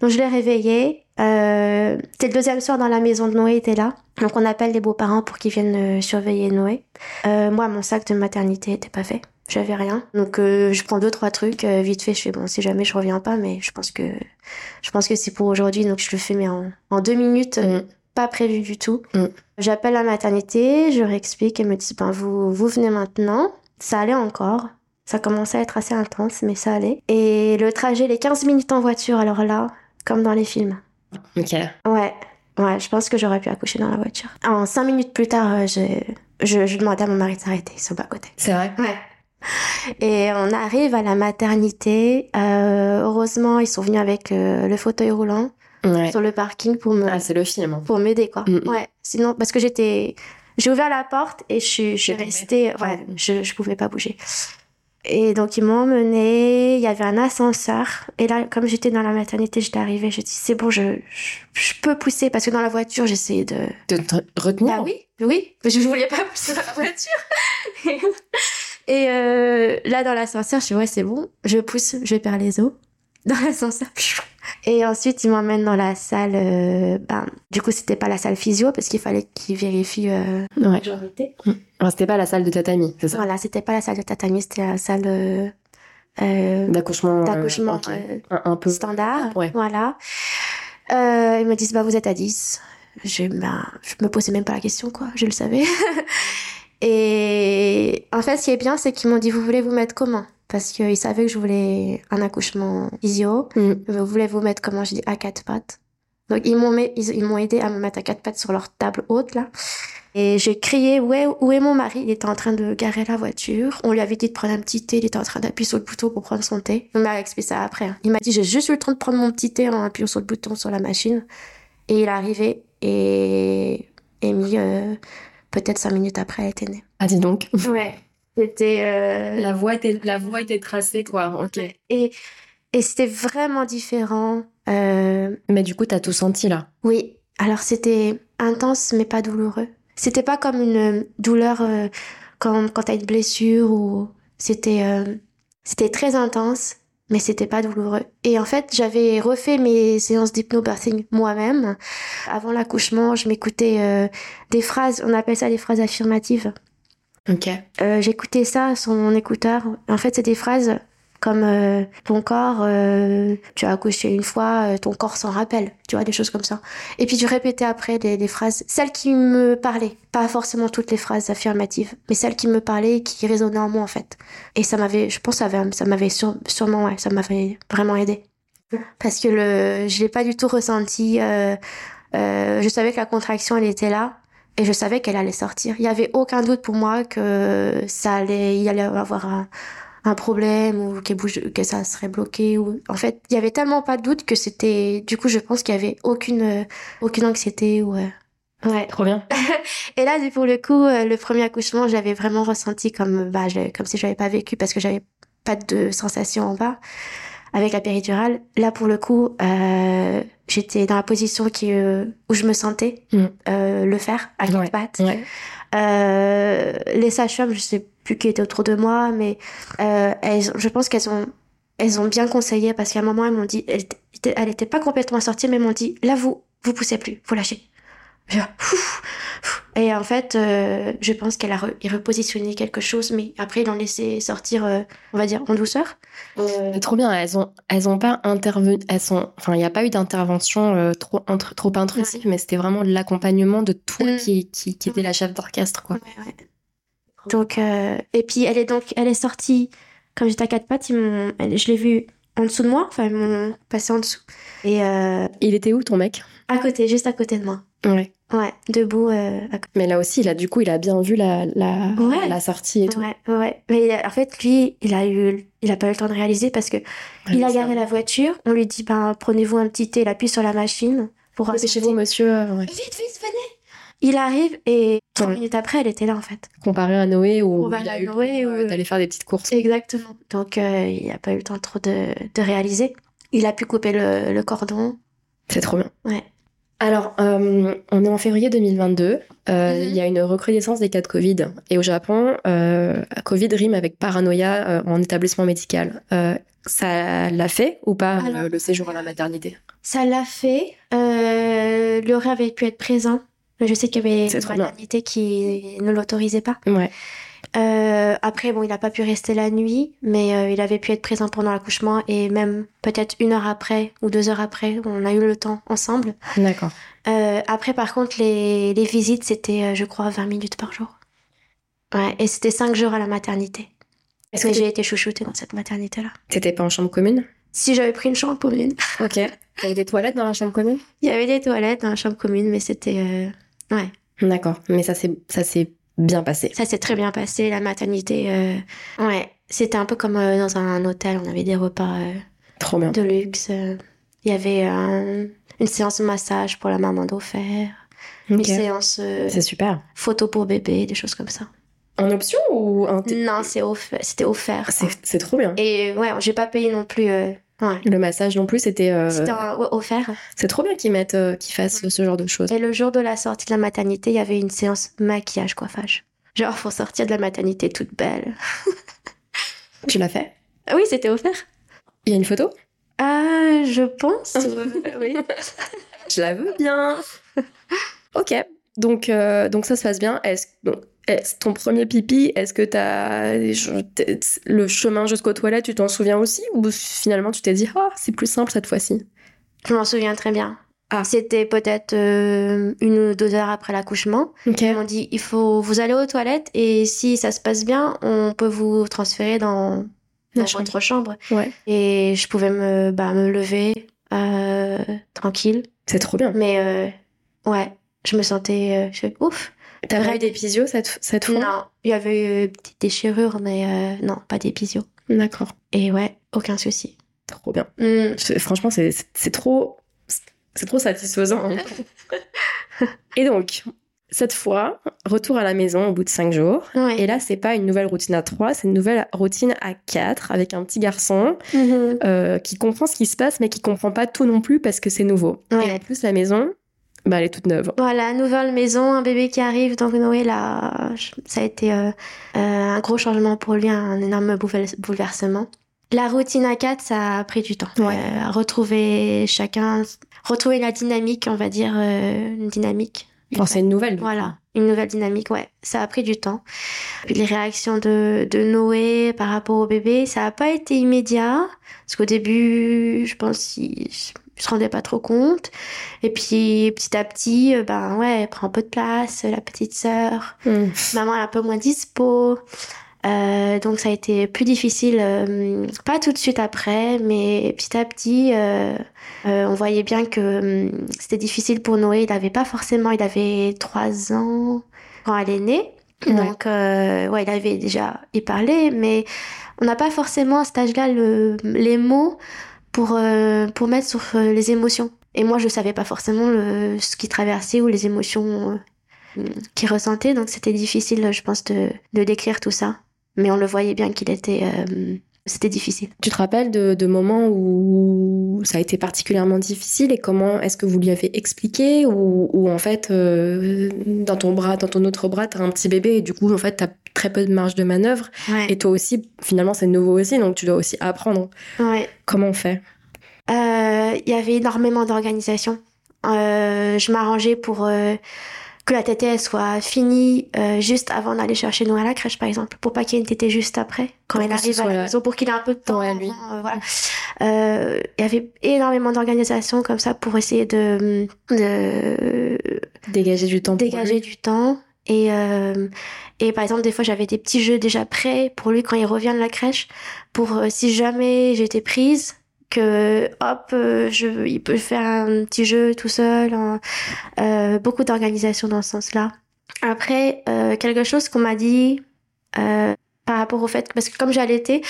A: Donc je l'ai réveillé. Euh, c'est le deuxième soir dans la maison de Noé était là. Donc on appelle les beaux-parents pour qu'ils viennent euh, surveiller Noé. Euh, moi, mon sac de maternité était pas fait. J'avais rien. Donc euh, je prends deux trois trucs euh, vite fait, je fais bon, si jamais je reviens pas mais je pense que je pense que c'est pour aujourd'hui donc je le fais mais en, en deux minutes euh, pas prévu du tout.
H: Mm.
A: J'appelle la maternité, je réexplique, elle me dit ben vous vous venez maintenant. Ça allait encore. Ça commençait à être assez intense, mais ça allait. Et le trajet, les 15 minutes en voiture, alors là, comme dans les films.
H: Ok.
A: Ouais. Ouais, je pense que j'aurais pu accoucher dans la voiture. En cinq minutes plus tard, euh, j'ai- je, je demandais à mon mari de s'arrêter, il se bat à côté.
I: C'est vrai.
A: Ouais. Et on arrive à la maternité. Euh, heureusement, ils sont venus avec euh, le fauteuil roulant
I: Ouais.
A: sur le parking pour me
I: Ah, c'est le
H: hein.
I: film.
A: pour m'aider quoi.
I: Mm, mm.
A: Ouais. Sinon, parce que j'étais, j'ai ouvert la porte et je suis, je suis
I: T'es tombée.
A: restée. Ouais.
I: Ouais.
A: Je, je pouvais pas bouger. Et donc ils m'ont emmenée. Il y avait un ascenseur. Et là, comme j'étais dans la maternité, j'étais arrivée. J'ai dit c'est bon, je, je, je peux pousser parce que dans la voiture j'essayais de.
I: De te retenir
A: Bah oui, oui. Je voulais pas <laughs> pousser dans la voiture. et euh, là dans l'ascenseur, je suis ouais c'est bon, je pousse, je perds les os dans l'ascenseur. Et ensuite, ils m'emmènent dans la salle. euh, ben, du coup, c'était pas la salle physio parce qu'il fallait qu'ils vérifient. euh,
I: Ouais.
H: Mm.
I: Alors, C'était pas la salle de tatami, c'est ça
A: Voilà, c'était pas la salle de tatami, c'était la salle euh, euh,
I: D'accouchement. euh,
A: d'accouchement
I: ok.
A: euh,
I: Un, un peu.
A: standard.
I: Ouais.
A: Voilà. Euh, ils me disent bah vous êtes à 10. Je, ben, je me posais même pas la question quoi, je le savais. <laughs> Et en fait, ce qui est bien, c'est qu'ils m'ont dit vous voulez vous mettre comment Parce qu'ils savaient que je voulais un accouchement physio.
I: Mm.
A: Vous voulez vous mettre comment J'ai dit à quatre pattes. Donc ils m'ont mis- ils, ils m'ont aidé à me mettre à quatre pattes sur leur table haute là. Et j'ai crié ouais où est mon mari Il était en train de garer la voiture. On lui avait dit de prendre un petit thé. Il était en train d'appuyer sur le bouton pour prendre son thé. Il m'a expliqué ça après. hein. Il m'a dit j'ai juste eu le temps de prendre mon petit thé en appuyant sur le bouton sur la machine. Et il est arrivé et et mis euh, peut-être cinq minutes après elle était née. <laughs>
I: Ah, dis donc.
A: Ouais. C'était euh,
I: La voie était, la voie était tracée, quoi. Ok.
A: et et c'était vraiment différent. Euh,
I: Mais du coup, t'as tout senti là.
A: Oui, alors c'était intense mais pas douloureux. C'était pas comme une euh, douleur euh, quand, quand t'as une blessure ou c'était euh, c'était très intense mais c'était pas douloureux. Et en fait, j'avais refait mes séances d'hypnobirthing moi-même. Avant l'accouchement, je m'écoutais euh, des phrases, on appelle ça des phrases affirmatives.
I: Ok.
A: Euh, j'écoutais ça sur mon écouteur. En fait, c'est des phrases comme euh, ton corps, euh, tu as accouché une fois, euh, ton corps s'en rappelle, tu vois, des choses comme ça. Et puis, je répétais après les, les phrases, celles qui me parlaient, pas forcément toutes les phrases affirmatives, mais celles qui me parlaient et qui résonnaient en moi, en fait. Et ça m'avait, je pense, ça avait- ça m'avait sûre- sûrement, ouais, ça m'avait vraiment aidé. Parce que le, je l'ai pas du tout ressenti. euh, euh, je savais que la contraction, elle était là, et je savais qu'elle allait sortir. Il n'y avait aucun doute pour moi que ça allait, il y allait avoir un, un problème ou que, bouge- que ça serait bloqué. Ou... En fait, il y avait tellement pas de doute que c'était. Du coup, je pense qu'il y avait aucune, euh, aucune anxiété. Ou, euh, Ouais.
I: Trop <laughs> bien.
A: Et là, pour le coup, euh, le premier accouchement, j'avais vraiment ressenti comme, bah, je- comme si je n'avais pas vécu parce que j'avais pas de sensation en bas avec la péridurale. Là, pour le coup, euh, j'étais dans la position qui, euh, où je me sentais
I: Mm.
A: euh, le faire à quatre pattes.
I: Ouais.
A: Euh, les sages-femmes, je sais plus qui était autour de moi, mais euh, elles, je pense qu'elles ont, elles ont bien conseillé parce qu'à un moment, elles m'ont dit, elle était, elle était pas complètement sortie, mais elles m'ont dit, là, vous, vous poussez plus, vous lâchez. Je- ouf, ouf. Et en fait, euh, je pense qu'elle a re- il repositionné quelque chose, mais après, ils l'ont laissé sortir, euh, on va dire, en douceur.
I: Mais Euh, Trop bien. Elles ont, elles ont pas intervenu. Elles sont. Enfin, il n'y a pas eu d'intervention euh, trop, intr- trop intrusive, mais c'était vraiment de l'accompagnement de toi
A: Mm.
I: qui, qui, qui était la chef d'orchestre, quoi.
A: Ouais, ouais. Donc, euh, et puis elle est donc, elle est sortie, comme j'étais à quatre pattes, ils m'ont- elle- je l'ai vue en dessous de moi, enfin, ils m'ont passé en dessous. Et euh,
I: Il était où ton mec
A: à côté, juste à côté de moi.
I: Ouais.
A: Ouais, debout euh, à côté.
I: Mais là aussi, il a du coup, il a bien vu la, la,
A: Ouais.
I: la sortie et tout.
A: Ouais, ouais. Mais euh, en fait, lui, il a eu, il a pas eu le temps de réaliser parce que
I: Ah,
A: il a garé la voiture. On lui dit, ben, prenez-vous un petit thé. Il appuie sur la machine pour
I: chez
A: ressortir.
I: vous, monsieur. euh, ouais.
A: Vite, vite, venez. Il arrive et trois
I: Ouais.
A: minutes après, elle était là en fait.
I: Comparé à Noé où
A: Oh, bah,
I: il
A: la
I: a eu le
A: Noé,
I: temps, euh,
A: ouais.
I: d'aller faire des petites courses.
A: Exactement. Donc, euh, il a pas eu le temps trop de, de réaliser. Il a pu couper le, le cordon.
I: C'est trop bien.
A: Ouais.
I: Alors, euh, on est en février 2022. euh,
H: Mhm.
I: Il y a une recrudescence des cas de Covid. Et au Japon, euh, Covid rime avec paranoïa euh, en établissement médical. Euh, ça l'a fait ou pas
A: Alors-
I: euh, le séjour à la maternité
A: Ça l'a fait. Euh, Laura avait pu être présent. Mais Je sais qu'il y avait
I: C'est
A: une
I: trop bien.
A: maternité qui ne l'autorisait pas.
I: Ouais.
A: Euh, après, bon, il n'a pas pu rester la nuit, mais euh, il avait pu être présent pendant l'accouchement et même peut-être une heure après ou deux heures après, on a eu le temps ensemble.
I: D'accord.
A: Euh, après, par contre, les, les visites, c'était, euh, je crois, 20 minutes par jour. Ouais, et c'était cinq jours à la maternité.
I: Est-ce
A: Mais
I: que
A: j'ai été chouchoutée dans cette maternité-là.
I: t'étais pas en chambre commune
A: si j'avais pris une chambre commune. <laughs>
H: Ok. Il y avait des toilettes dans la chambre commune
A: Il y avait des toilettes dans la chambre commune, mais c'était. euh, Ouais.
H: D'accord. Mais ça s'est ça s'est bien passé.
A: Ça s'est très bien passé, la maternité. euh, Ouais. C'était un peu comme euh, dans un hôtel, on avait des repas euh,
H: Trop bien.
A: de luxe. euh. Il y avait euh, une séance massage pour la maman d'offert,
H: Ok.
A: une séance euh,
H: C'est super.
A: photo pour bébé, des choses comme ça.
H: En option ou en t-
A: Non, c'est offert- c'était offert.
H: C'est c'est trop bien.
A: Et ouais, j'ai pas payé non plus. euh, Ouais.
H: Le massage non plus, c'était. euh,
A: C'était un- ouais, offert.
H: C'est trop bien qu'ils mettent, euh, qu'ils
A: Mm.
H: fassent ce genre de choses.
A: Et le jour de la sortie de la maternité, il y avait une séance maquillage coiffage. Genre, faut sortir de la maternité toute belle.
H: Tu l'as fait
A: Ah oui, c'était offert.
H: Il y a une photo
A: Ah, je pense. <laughs> oui.
H: <laughs> Je la veux
A: <laughs>
H: bien. ok. Donc, euh, donc ça se passe bien. Est-ce donc, est-ce ton premier pipi Est-ce que t'as je- t'es- le chemin jusqu'aux toilettes Tu t'en souviens aussi ou finalement tu t'es dit ah c'est plus simple cette fois-ci
A: Je m'en souviens très bien.
H: Ah.
A: C'était peut-être euh, une ou deux heures après l'accouchement.
H: Ok.
A: Ils m'ont dit, il faut vous allez aux toilettes et si ça se passe bien, on peut vous transférer dans,
H: La
A: dans
H: chambre.
A: votre chambre.
H: Ouais.
A: Et je pouvais me, bah, me lever euh, tranquille.
H: C'est trop bien.
A: Mais euh, ouais, je me sentais, euh, je fais ouf.
H: T'as
A: Vrai.
H: pas eu d'épisio cette cette fois
A: Non, il y avait eu des déchirures, mais euh, non, pas d'épisio.
H: D'accord.
A: Et ouais, aucun souci.
H: Trop bien.
A: Mm.
H: C'est- Franchement, c'est- c'est c'est trop, c'est trop satisfaisant.
A: <laughs>
H: hein. Et donc, cette fois, retour à la maison au bout de cinq jours.
A: Ouais.
H: Et là, c'est pas une nouvelle routine à trois, c'est une nouvelle routine à quatre avec un petit garçon
A: Mhm.
H: euh, qui comprend ce qui se passe, mais qui comprend pas tout non plus parce que c'est nouveau.
A: Ouais.
H: Et en plus, la maison, bah, elle est toute neuve.
A: Voilà, nouvelle maison, un bébé qui arrive. Donc Noé, là, je- ça a été euh, euh, un gros changement pour lui, un énorme boulever- bouleversement. La routine à quatre, ça a pris du temps.
H: Ouais.
A: Euh, retrouver chacun, retrouver la dynamique, on va dire, euh, une dynamique.
H: Enfin, c'est une nouvelle.
A: Voilà, une nouvelle dynamique, ouais. Ça a pris du temps. Puis les réactions de, de Noé par rapport au bébé, ça n'a pas été immédiat. Parce qu'au début, je pense qu'il ne se rendait pas trop compte. Et puis, petit à petit, euh, ben ouais, elle prend un peu de place, la petite sœur.
H: Mmh.
A: Maman est un peu moins dispo. Euh, donc, ça a été plus difficile, euh, pas tout de suite après, mais petit à petit, euh, euh, on voyait bien que hum, c'était difficile pour Noé. Il n'avait pas forcément, il avait trois ans quand elle est née.
H: Ouais.
A: Donc, euh, ouais, il avait déjà, il parlait, mais on n'a pas forcément à cet âge-là le, les mots pour, euh, pour mettre sur euh, les émotions. Et moi, je savais pas forcément le, ce qu'il traversait ou les émotions euh, qu'il ressentait. Donc, c'était difficile, je pense, de, de décrire tout ça. Mais on le voyait bien qu'il était. euh, c'était difficile.
H: Tu te rappelles de, de moments où ça a été particulièrement difficile et comment est-ce que vous lui avez expliqué ou, ou en fait euh, dans ton bras, dans ton autre bras, t'as un petit bébé et du coup en fait t'as très peu de marge de manœuvre et toi aussi finalement c'est nouveau aussi donc tu dois aussi apprendre
A: ouais.
H: comment on fait.
A: Euh, il y avait énormément d'organisation. Euh, je m'arrangeais pour euh, que la tétée elle soit finie euh, juste avant d'aller chercher Noah à la crèche, par exemple, pour pas qu'il y ait une tétée juste après, quand il
H: Pour que ce
A: arrive à
H: soit
A: la
H: la-
A: maison, pour qu'il ait un peu de temps.
H: Ouais, lui.
A: avant, euh, voilà. Euh, il y avait énormément d'organisation comme ça pour essayer de, de
H: Dégager du temps. pour
A: dégager
H: lui.
A: du temps. Et, euh, et par exemple, des fois, j'avais des petits jeux déjà prêts pour lui quand il revient de la crèche, pour euh, si jamais j'étais prise, que hop, euh, je, il peut faire un petit jeu tout seul. hein. Euh, beaucoup d'organisation dans ce sens-là. Après, euh, quelque chose qu'on m'a dit euh, par rapport au fait, que- parce que comme j'allaitais,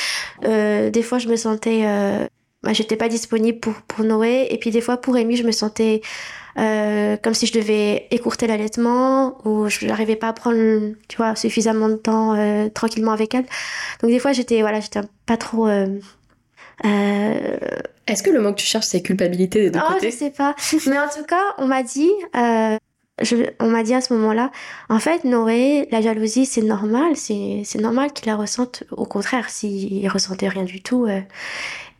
A: euh, des fois, je me sentais. Euh, bah, j'étais pas disponible pour, pour Noé, et puis des fois, pour Amy, je me sentais euh, comme si je devais écourter l'allaitement ou je n'arrivais pas à prendre tu vois suffisamment de temps euh, tranquillement avec elle donc des fois j'étais voilà j'étais pas trop euh, euh,
H: Est-ce que le mot que tu cherches c'est culpabilité des deux
A: oh je
H: côtés
A: sais pas mais en tout cas on m'a dit euh, je- on m'a dit à ce moment-là, en fait, Noé, la jalousie, c'est normal, c'est c'est normal qu'il la ressente. Au contraire, s'il ressentait rien du tout. euh.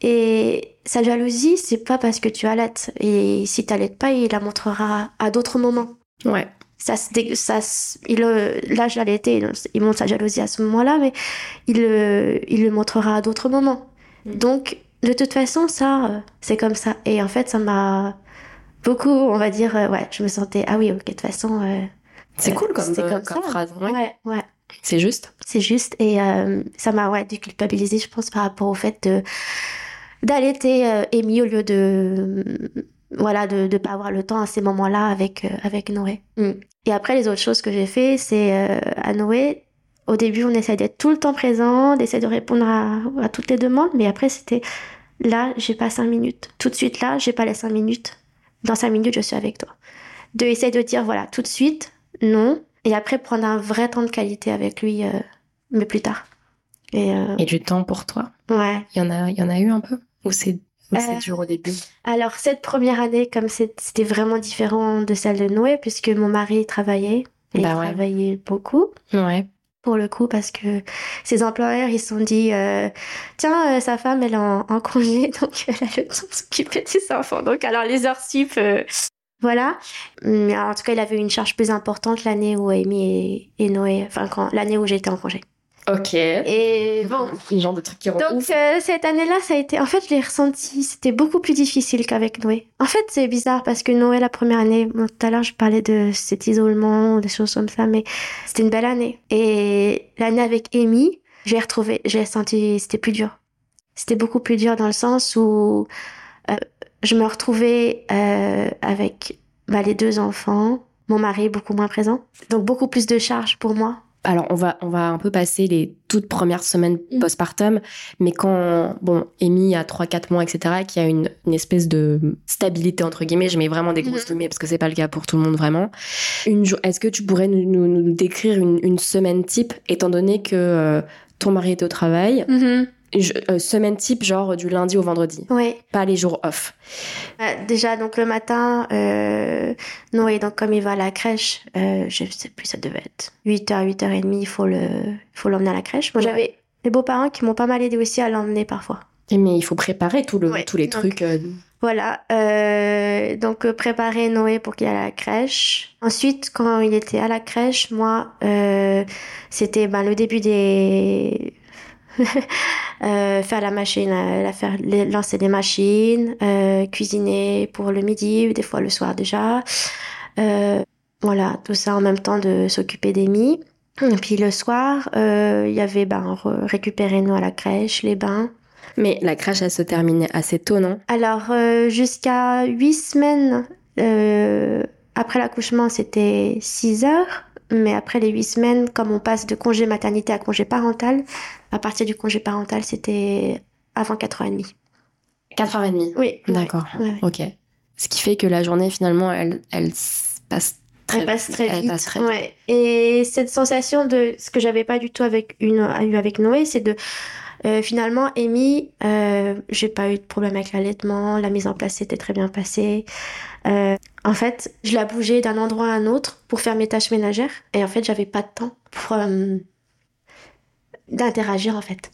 A: Et sa jalousie, c'est pas parce que tu allaites. Et si t'allaites pas, il la montrera à d'autres moments
H: Ouais.
A: ça se dé- ça se- il euh, là je l'allaitais, donc il montre sa jalousie à ce moment-là mais il euh, il le montrera à d'autres moments donc de toute façon ça euh, c'est comme ça et en fait ça m'a beaucoup on va dire euh, ouais je me sentais ah oui ok de toute façon euh,
H: C'est
A: euh,
H: cool comme,
A: c'est
H: euh,
A: comme
H: comme
A: ça.
H: phrase. ouais.
A: ouais ouais
H: C'est juste.
A: c'est juste et euh, ça m'a ouais déculpabilisé je pense par rapport au fait de d'allaiter euh, Amy au lieu de euh, voilà de ne pas avoir le temps à ces moments-là avec euh, avec Noé. Mm. Et après les autres choses que j'ai fait, c'est euh, à Noé. Au début, on essaie d'être tout le temps présent, d'essayer de répondre à, à toutes les demandes, mais après c'était là, j'ai pas cinq minutes. Tout de suite là, j'ai pas les cinq minutes. Dans cinq minutes, je suis avec toi. De essayer de dire voilà tout de suite, non, et après prendre un vrai temps de qualité avec lui, euh, mais plus tard. euh,
H: Et, et du temps pour toi.
A: Ouais.
H: Il y en a, il y en a eu un peu. Ou c'est
A: Euh.
H: c'est dur au début.
A: Alors, cette première année, comme c'était vraiment différent de celle de Noé, puisque mon mari travaillait, et
H: Bah
A: il
H: ouais.
A: travaillait beaucoup,
H: Ouais.
A: pour le coup, parce que ses employeurs, ils se sont dit, euh, tiens, euh, sa femme, elle est en, en congé, <laughs> donc elle a le temps de s'occuper de ses enfants. Donc, alors, les heures sup, euh, voilà. Mais en tout cas, il avait une charge plus importante l'année où Amy et, et Noé, enfin, quand- l'année où j'étais en congé.
H: Ok.
A: Et bon,
H: Le genre de truc qui rend
A: donc
H: ouf.
A: euh, cette année-là, ça a été. En fait, je l'ai ressenti. C'était beaucoup plus difficile qu'avec Noé. En fait, c'est bizarre parce que Noé, la première année, bon, tout à l'heure, je parlais de cet isolement, des choses comme ça, mais c'était une belle année. Et l'année avec Amy, j'ai retrouvé, j'ai senti, c'était plus dur. C'était beaucoup plus dur dans le sens où euh, je me retrouvais euh, avec bah, les deux enfants, mon mari est beaucoup moins présent, donc beaucoup plus de charges pour moi.
H: Alors, on va, on va un peu passer les toutes premières semaines
A: Mm.
H: postpartum, mais quand, bon, Amy a 3-4 mois, etc., qui a une, une espèce de stabilité, entre guillemets, je mets vraiment des
A: Mm-hmm.
H: grosses guillemets parce que c'est pas le cas pour tout le monde vraiment. Une jour- Est-ce que tu pourrais nous, nous- nous décrire une, une semaine type, étant donné que euh, ton mari était au travail,
A: Mm.
H: Je- euh, semaine type, genre du lundi au vendredi,
A: Oui.
H: pas les jours off.
A: Euh, déjà, donc le matin, euh, Noé, donc comme il va à la crèche, euh, je sais plus, ça devait être 8h, 8h30, il faut le, faut l'emmener à la crèche. Moi,
H: Ouais.
A: j'avais les beaux-parents qui m'ont pas mal aidé aussi à l'emmener parfois.
H: Et Eh, mais il faut préparer tout le,
A: Ouais,
H: tous les
A: donc-
H: trucs. euh,
A: Voilà, euh, donc euh, préparer Noé pour qu'il aille à la crèche. Ensuite, quand il était à la crèche, moi, euh, c'était ben, le début des... <laughs> euh, faire la machine, euh, la faire, les- lancer des machines, euh, cuisiner pour le midi, des fois le soir déjà. Euh, voilà, tout ça en même temps de s'occuper d'Emmy. Et puis le soir, euh, il y avait ben, re- récupérer Noé à la crèche, les bains.
H: Mais la crèche, elle se terminait assez tôt, non
A: Alors, euh, jusqu'à 8 semaines euh, après l'accouchement, c'était 6 heures. Mais après les 8 semaines, comme on passe de congé maternité à congé parental, à partir du congé parental, c'était avant 4h30.
H: 4h30.
A: Oui, ouais.
H: D'accord.
A: Ouais, ouais.
H: Ok. Ce qui fait que la journée, finalement, elle, elle s- passe très
A: Elle passe très
H: elle
A: vite.
H: passe très
A: ouais. Et cette sensation de ce que j'avais pas du tout avec une eu avec Noé, c'est de euh, finalement Amy, euh, j'ai pas eu de problème avec l'allaitement, la mise en place était très bien passée. Euh, en fait, je la bougeais d'un endroit à un autre pour faire mes tâches ménagères et en fait, j'avais pas de temps pour euh, d'interagir en fait.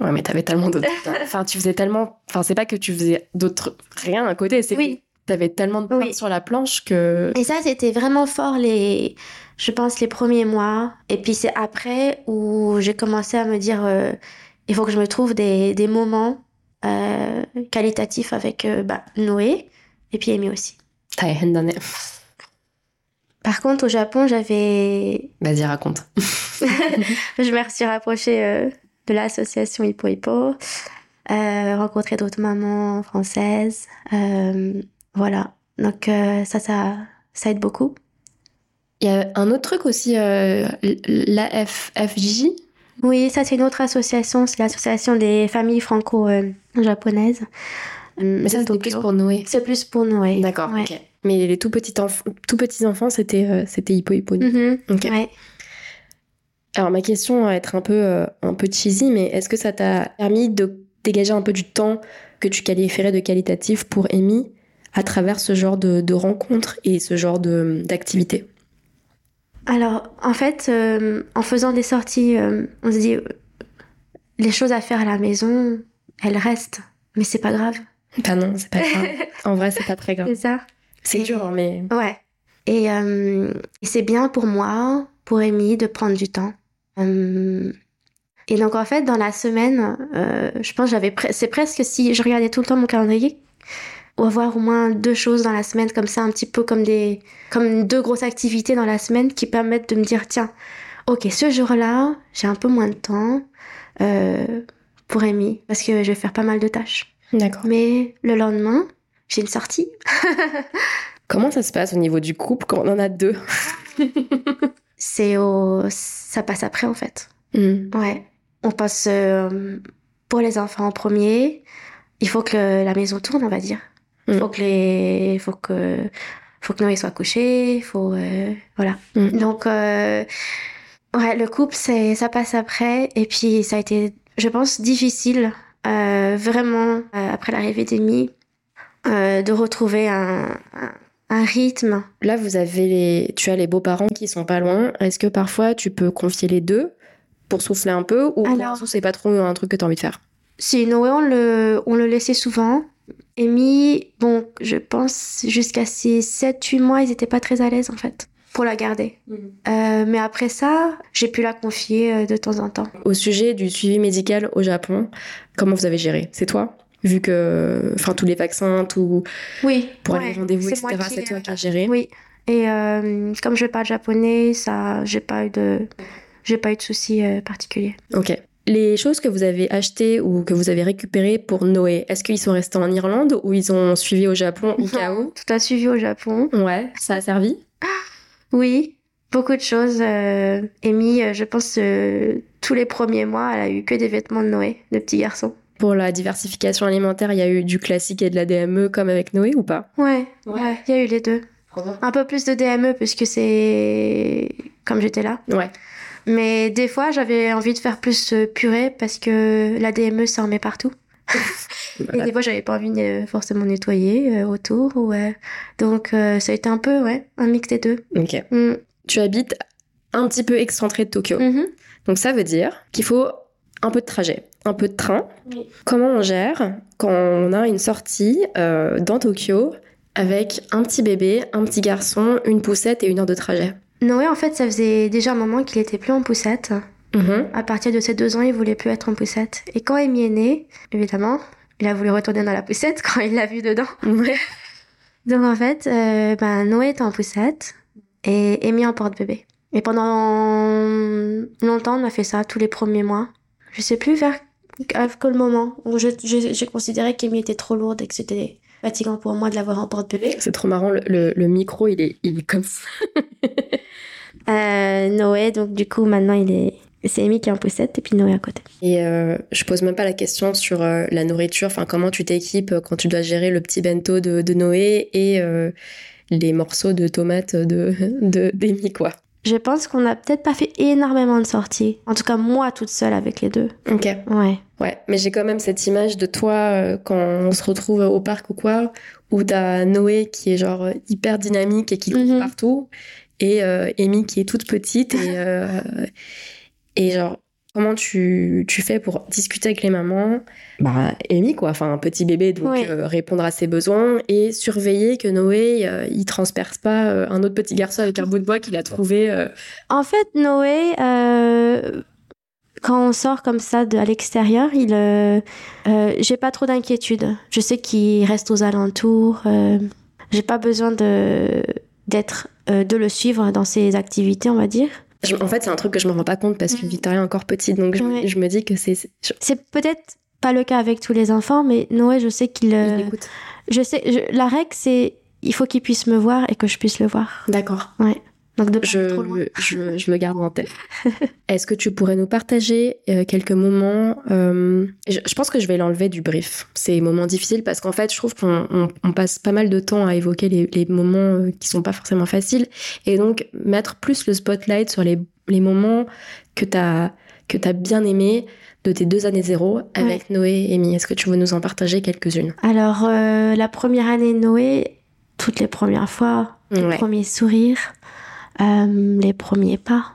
H: Ouais, mais t'avais tellement <laughs> d'autres. enfin, tu faisais tellement. Enfin, c'est pas que tu faisais d'autres. Rien à côté. C'est
A: Oui.
H: que t'avais tellement de pain
A: Oui.
H: sur la planche que.
A: Et ça, c'était vraiment fort les, je pense, les premiers mois. Et puis c'est après où j'ai commencé à me dire, euh, il faut que je me trouve des, des moments euh, qualitatifs avec euh, bah, Noé et puis Amy aussi.
H: T'avais rien donné. <laughs>
A: Par contre, au Japon, j'avais, <laughs>
H: Vas-y, raconte.
A: je me suis rapprochée euh, de l'association Hippo Hippo, euh, rencontré d'autres mamans françaises, euh, voilà. Donc euh, ça, ça, ça aide beaucoup.
H: Il y a un autre truc aussi, euh, l'AFFJ.
A: Oui, ça c'est une autre association, c'est l'association des familles franco-japonaises. Euh,
H: Mais ça, c'était plus pour Noé.
A: C'est plus pour Noé.
H: D'accord,
A: Ouais.
H: ok. Mais les tout petits, enf- tout petits enfants, c'était euh, c'était hippo hippo.
A: Mhm,
H: Ok.
A: ouais.
H: Alors ma question va être un peu, euh, un peu cheesy, mais est-ce que ça t'a permis de dégager un peu du temps que tu qualifierais de qualitatif pour Amy à travers ce genre de, de rencontres et ce genre de- d'activités
A: Alors, en fait, euh, en faisant des sorties, euh, on se dit euh, les choses à faire à la maison, elles restent, mais c'est pas
H: <laughs>
A: grave.
H: Bah non, c'est pas grave. <laughs> en vrai, c'est pas très grave.
A: C'est ça.
H: C'est dur, hein, mais...
A: Ouais. Et, euh, et c'est bien pour moi, pour Amy, de prendre du temps. Euh, et donc, en fait, dans la semaine, euh, je pense que j'avais. pre- c'est presque si je regardais tout le temps mon calendrier, ou avoir au moins deux choses dans la semaine, comme ça, un petit peu comme des. comme deux grosses activités dans la semaine qui permettent de me dire tiens, ok, ce jour-là, j'ai un peu moins de temps. euh, pour Amy parce que je vais faire pas mal de tâches.
H: D'accord.
A: Mais le lendemain, j'ai une sortie.
H: Comment ça se passe au niveau du couple quand on en a deux
A: C'est au... ça passe après en fait.
H: Hmm.
A: Ouais. On passe euh, pour les enfants en premier. Il faut que le- la maison tourne, on va dire. Il
H: Mm.
A: faut que les, faut que, faut que Noé soit couché. Faut, euh, voilà.
H: Mm.
A: Donc, euh, ouais, le couple, c'est, ça passe après. Et puis, ça a été, je pense, difficile, euh, vraiment, euh, après l'arrivée d'Emmy, euh, de retrouver un, un, un rythme.
H: Là, vous avez les, tu as les beaux-parents qui sont pas loin. Est-ce que parfois tu peux confier les deux pour souffler un peu ou pour
A: Alors-
H: l'instant, c'est pas trop un truc que t'as envie de faire
A: Si Noé, on le, on le laissait souvent. Amy, bon, je pense jusqu'à 6, 7, 8 mois, ils n'étaient pas très à l'aise en fait pour la garder.
H: Mm.
A: Euh, mais après ça, j'ai pu la confier euh, de temps en temps.
H: Au sujet du suivi médical au Japon, comment vous avez géré C'est toi Vu que, enfin, tous les vaccins, tout
A: Oui,
H: pour aller au rendez-vous, etc. C'est toi qui as géré.
A: Oui. Et euh, comme je parle japonais, ça, j'ai pas eu de, j'ai pas eu de soucis euh, particuliers.
H: Ok. Les choses que vous avez achetées ou que vous avez récupérées pour Noé, est-ce qu'ils sont restés en Irlande ou ils ont suivi au Japon au cas où
A: Tout a suivi au Japon.
H: Ouais, ça a servi.
A: Oui, beaucoup de choses. Euh, Amy, euh, je pense, euh, tous les premiers mois, elle a eu que des vêtements de Noé, de petit garçon.
H: Pour la diversification alimentaire, il y a eu du classique et de la DME comme avec Noé ou pas
A: Ouais, ouais, il y a eu les deux. Un peu plus de DME puisque c'est comme j'étais là.
H: Ouais.
A: Mais des fois, j'avais envie de faire plus euh, purée parce que la DME, ça en met partout. Et
H: Voilà.
A: des fois, j'avais pas envie de forcément nettoyer euh, autour. Ouais. Donc, euh, ça a été un peu, ouais, un mix des deux.
H: Ok.
A: Mm.
H: Tu habites un petit peu excentré de Tokyo.
A: Mhm.
H: Donc ça veut dire qu'il faut un peu de trajet, un peu de train. Comment on gère quand on a une sortie euh, dans Tokyo avec un petit bébé, un petit garçon, une poussette et une heure de trajet
A: Noé, en fait, ça faisait déjà un moment qu'il était plus en poussette.
H: Mhm.
A: À partir de ses deux ans, il voulait plus être en poussette. Et quand Amy est née, évidemment, il a voulu retourner dans la poussette <laughs> quand il l'a vu dedans.
H: Ouais.
A: Donc en fait, euh, ben, Noé était en poussette et Amy en porte-bébé. Et pendant longtemps, on a fait ça, tous les premiers mois. Je sais plus vers à quel moment où je- je- j'ai considéré qu'Amy était trop lourde et que c'était fatigant pour moi de l'avoir en porte-bébé.
H: C'est trop marrant, le, le- le micro il est, il est comme ça.
A: Euh, Noé, donc du coup, maintenant, il est... c'est Amy qui est en poussette et puis Noé à côté.
H: Et euh, je pose même pas la question sur euh, la nourriture, enfin comment tu t'équipes euh, quand tu dois gérer le petit bento de, de Noé et euh, les morceaux de tomates de, <laughs> de, d'Amy, quoi.
A: Je pense qu'on n'a peut-être pas fait énormément de sorties. En tout cas, moi toute seule avec les deux.
H: Ok.
A: Ouais.
H: Ouais, mais j'ai quand même cette image de toi euh, quand on se retrouve au parc ou quoi, où t'as Noé qui est genre euh, hyper dynamique et qui court
A: Mhm.
H: partout, et euh, Amy qui est toute petite et euh, <laughs> et genre comment tu, tu fais pour discuter avec les mamans Bah Amy quoi, enfin un petit bébé donc
A: Ouais.
H: euh, répondre à ses besoins et surveiller que Noé euh, il transperce pas euh, un autre petit garçon avec un bout de bois qu'il a trouvé. euh.
A: En fait, Noé, euh, quand on sort comme ça de, à l'extérieur, il, euh, euh, j'ai pas trop d'inquiétude. Je sais qu'il reste aux alentours. euh, j'ai pas besoin de d'être euh, de le suivre dans ses activités, on va dire.
H: Je- en fait c'est un truc que je me rends pas compte parce que
A: Mhm.
H: Victoria est encore petite donc je,
A: Ouais.
H: je me dis que c'est c'est- je-
A: C'est peut-être pas le cas avec tous les enfants, mais Noé, je sais qu'il.
H: il
A: euh,
H: l'écoute.
A: je sais. je- la règle, c'est il faut qu'il puisse me voir et que je puisse le voir.
H: D'accord.
A: Donc de pas
H: je,
A: être trop loin.
H: <laughs> je, je le garde en tête. Est-ce que tu pourrais nous partager euh, quelques moments euh, je, je pense que je vais l'enlever du brief, ces moments difficiles, parce qu'en fait, je trouve qu'on on- on passe pas mal de temps à évoquer les, les moments euh, qui sont pas forcément faciles, et donc mettre plus le spotlight sur les, les moments que tu as que t'as bien aimé de tes deux années zéro avec Noé et Amy. Est-ce que tu veux nous en partager quelques-unes
A: Alors, euh, la première année de Noé, toutes les premières fois, les
H: Ouais.
A: premiers sourires, euh, les premiers pas.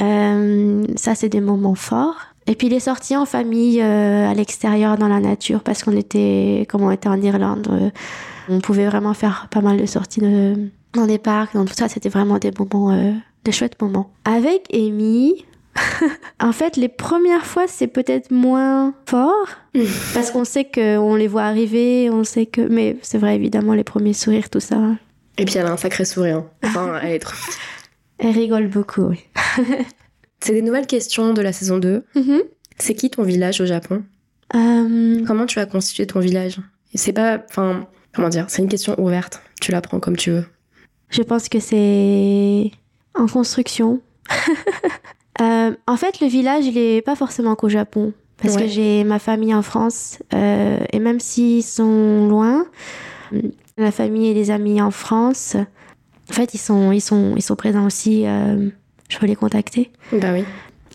A: Euh, ça, c'est des moments forts. Et puis, les sorties en famille, euh, à l'extérieur, dans la nature, parce qu'on était, comme on était en Irlande, euh, on pouvait vraiment faire pas mal de sorties de- dans des parcs, dans tout ça. C'était vraiment des moments, euh, des chouettes moments. Avec Amy, <laughs> en fait, les premières fois, c'est peut-être moins fort, parce qu'on sait qu'on les voit arriver, on sait que... Mais c'est vrai, évidemment, les premiers sourires, tout ça. hein.
H: Et puis elle a un sacré <laughs> sourire. Enfin, elle est trop-
A: Elle rigole beaucoup, oui.
H: C'est des nouvelles questions de la saison 2. C'est qui ton village au Japon
A: Euh,
H: Comment tu as constitué ton village C'est pas, enfin, comment dire C'est une question ouverte. Tu la prends comme tu veux.
A: je pense que c'est en construction. Euh, en fait, le village, il est pas forcément qu'au Japon. Parce que
H: Ouais.
A: j'ai ma famille en France. euh, et même s'ils sont loin, la famille et les amis en France, en fait, ils sont, ils sont, ils sont présents aussi. euh, je peux les contacter.
H: Bah oui.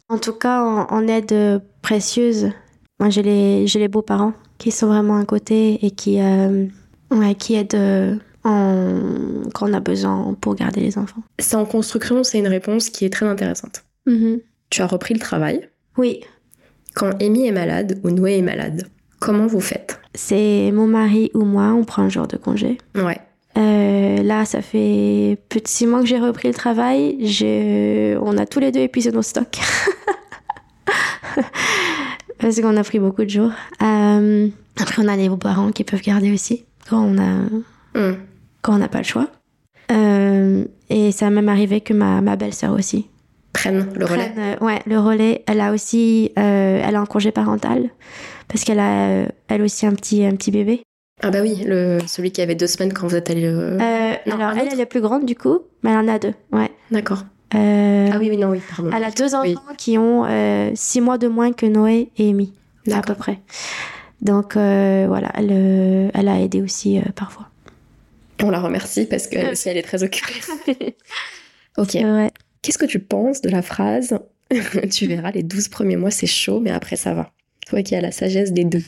A: En tout cas, en, en aide euh, précieuse, moi j'ai les, j'ai les beaux-parents qui sont vraiment à côté et qui, euh, ouais, qui aident euh, en- quand on a besoin pour garder les enfants.
H: C'est en construction, c'est une réponse qui est très intéressante. Tu as repris le travail.
A: Oui,
H: Quand Amy est malade ou Noé est malade, comment vous faites
A: c'est mon mari ou moi, on prend un jour de congé.
H: Ouais.
A: Euh, là, ça fait plus de six mois que j'ai repris le travail. Je... On a tous les deux épuisé nos stocks. <laughs> Parce qu'on a pris beaucoup de jours. Euh, Après, on a les beaux-parents qui peuvent garder aussi quand on a
H: Hmm.
A: quand on n'a pas le choix. Euh, et ça m'est arrivé que ma, ma belle-sœur aussi.
H: Prennent le relais.
A: prenne, euh, ouais, le relais. Elle a aussi, euh, elle est en congé parental parce qu'elle a, euh, elle aussi un petit, un petit bébé.
H: Ah bah oui, le, celui qui avait deux semaines quand vous êtes allé le...
A: Euh,
H: non,
A: alors
H: un
A: elle,
H: autre.
A: elle est plus grande du coup, mais elle en a deux. Ouais.
H: D'accord.
A: Euh,
H: Ah oui, oui, non, oui, pardon.
A: Elle a deux enfants
H: Oui.
A: qui ont euh, six mois de moins que Noé et Amy, à peu
H: D'accord.
A: près. Donc euh, voilà, elle, euh, elle a aidé aussi euh, parfois.
H: On la remercie parce que si elle est très occupée. <laughs> Euh. ok.
A: Ouais.
H: Qu'est-ce que tu penses de la phrase <laughs> Tu verras, les 12 premiers mois, c'est chaud, mais après, ça va. Toi qui as la sagesse des deux.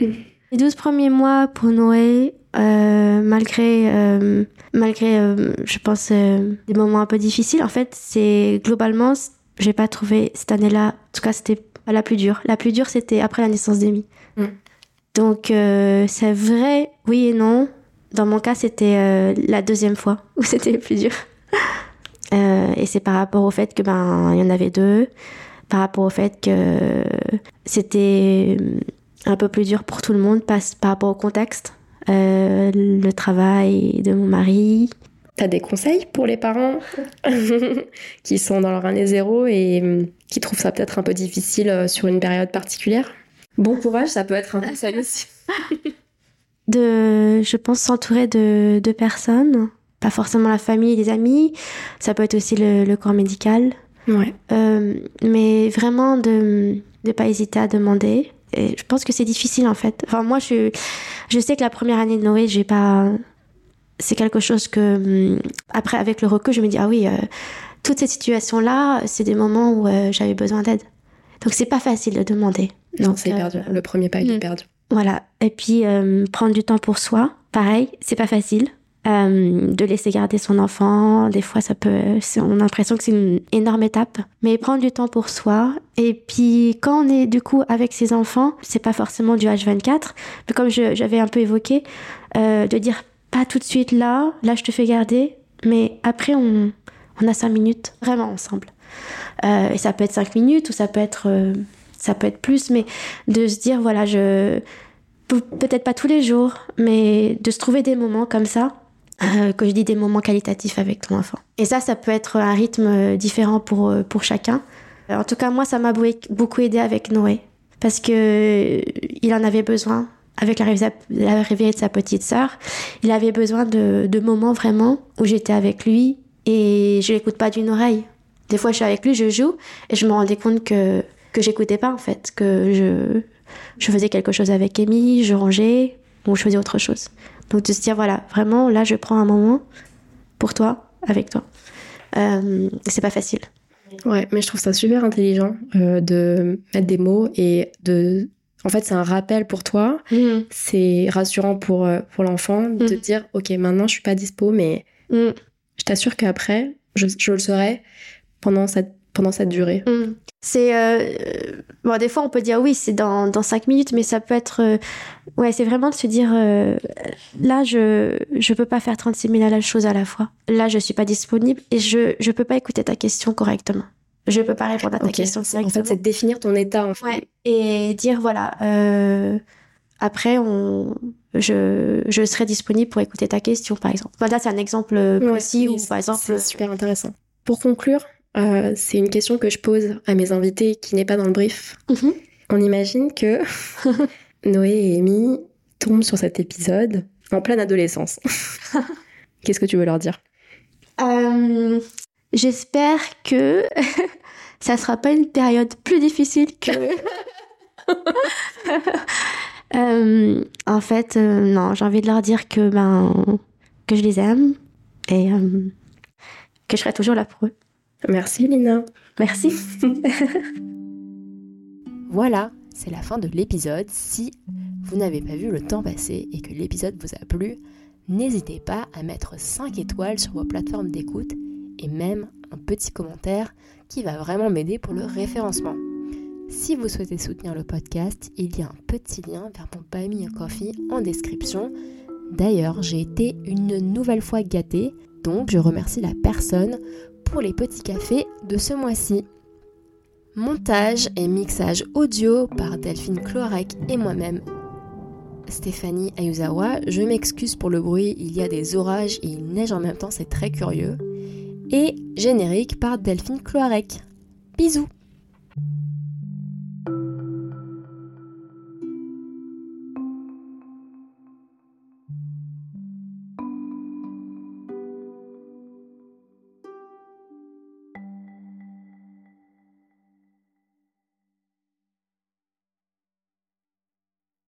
A: Les 12 premiers mois pour Noé, euh, malgré, euh, malgré euh, je pense, euh, des moments un peu difficiles, en fait, c'est globalement, c- j'ai pas trouvé cette année-là, en tout cas, c'était pas la plus dure. La plus dure, c'était après la naissance d'Emmy.
H: Mm.
A: Donc, euh, c'est vrai, oui et non. Dans mon cas, c'était euh, la deuxième fois <laughs> où c'était le plus dur. Euh, et c'est par rapport au fait que ben il y en avait deux, par rapport au fait que c'était un peu plus dur pour tout le monde par, par rapport au contexte, euh, le travail de mon mari.
H: T'as des conseils pour les parents <laughs> qui sont dans leur année zéro et hum, qui trouvent ça peut-être un peu difficile euh, sur une période particulière Bon courage, ça peut être un conseil aussi.
A: De, je pense s'entourer de, de personnes, pas forcément la famille et les amis, ça peut être aussi le, le corps médical,
H: <laughs> Ouais.
A: Euh, mais vraiment de ne pas hésiter à demander. Et je pense que c'est difficile en fait. Enfin, moi, je, je sais que la première année de Noé, j'ai pas. C'est quelque chose que, hum, après, avec le recul, je me dis, ah oui, euh, toutes ces situations-là, c'est des moments où euh, j'avais besoin d'aide. Donc, c'est pas facile de demander.
H: Non,
A: Donc,
H: c'est
A: euh,
H: perdu. Le premier pas, il est
A: hum.
H: perdu.
A: Voilà. Et puis, euh, prendre du temps pour soi, pareil, c'est pas facile. Euh, de laisser garder son enfant, des fois, ça peut. c'est- On a l'impression que c'est une énorme étape. Mais prendre du temps pour soi. Et puis, quand on est du coup avec ses enfants, c'est pas forcément du H24, mais comme je- j'avais un peu évoqué, euh, de dire pas tout de suite là, là, je te fais garder, mais après, on, on a cinq minutes vraiment ensemble. Euh, et ça peut être cinq minutes ou ça peut être. euh, ça peut être plus, mais de se dire voilà je pe- peut-être pas tous les jours mais de se trouver des moments comme ça euh, que je dis des moments qualitatifs avec ton enfant et ça ça peut être un rythme euh, différent pour euh, pour chacun Euh, en tout cas moi ça m'a bou- beaucoup aidé avec Noé parce que euh, il en avait besoin avec l'arrivée de sa- l'arrivée de sa petite sœur il avait besoin de, de moments vraiment où j'étais avec lui et je l'écoute pas d'une oreille des fois je suis avec lui je joue et je me rendais compte que que j'écoutais pas en fait que je je faisais quelque chose avec Amy, je rangeais, ou je faisais autre chose. Donc de se dire, voilà, vraiment, là, je prends un moment pour toi, avec toi. Euh, c'est pas facile.
H: Ouais, mais je trouve ça super intelligent euh, de mettre des mots et de. En fait, c'est un rappel pour toi. C'est rassurant pour, euh, pour l'enfant de te
A: Mhm.
H: dire Ok, maintenant je suis pas dispo, mais
A: Mm,
H: je t'assure qu'après, je, je le serai pendant cette, pendant cette durée.
A: mm. C'est. euh, bon, des fois, on peut dire oui, c'est dans, dans 5 minutes, mais ça peut être. euh, ouais, c'est vraiment de se dire euh, là, je, je peux pas faire 36 000 à la chose à la fois. Là, je suis pas disponible et je, je peux pas écouter ta question correctement. Je peux pas répondre à Ah, ta
H: Ok.
A: question
H: En
A: correctement.
H: fait, c'est de définir ton état. En fait.
A: Ouais, et dire voilà, euh, après, on, je, je serai disponible pour écouter ta question, par exemple. Voilà, c'est un exemple euh, précis
H: Ouais,
A: où,
H: c'est-
A: par exemple,
H: C'est super intéressant. euh, Pour conclure, euh, c'est une question que je pose à mes invités qui n'est pas dans le brief.
A: Mhm.
H: On imagine
A: <laughs>
H: que Noé et Amy tombent sur cet épisode en
A: <laughs>
H: pleine adolescence. Qu'est-ce que tu veux leur dire
A: Euh, J'espère que <laughs> ça sera pas une période plus difficile que. <laughs> Euh, en fait, euh, non, j'ai envie de leur dire que ben que je les aime et euh, que je serai toujours là pour eux.
H: Merci Lina.
A: Merci.
B: Voilà, c'est la fin de l'épisode. Si vous n'avez pas vu le temps passer et que l'épisode vous a plu, n'hésitez pas à mettre 5 étoiles sur vos plateformes d'écoute et même un petit commentaire qui va vraiment m'aider pour le référencement. Si vous souhaitez soutenir le podcast, il y a un petit lien vers mon Buy Me a Coffee en description. D'ailleurs, j'ai été une nouvelle fois gâtée, donc je remercie la personne pour les petits cafés de ce mois-ci. Montage et mixage audio par Delphine Clorec et moi-même. Stéphanie Ayuzawa, je m'excuse pour le bruit, il y a des orages et il neige en même temps, c'est très curieux. Et générique par Delphine Cloarec. Bisous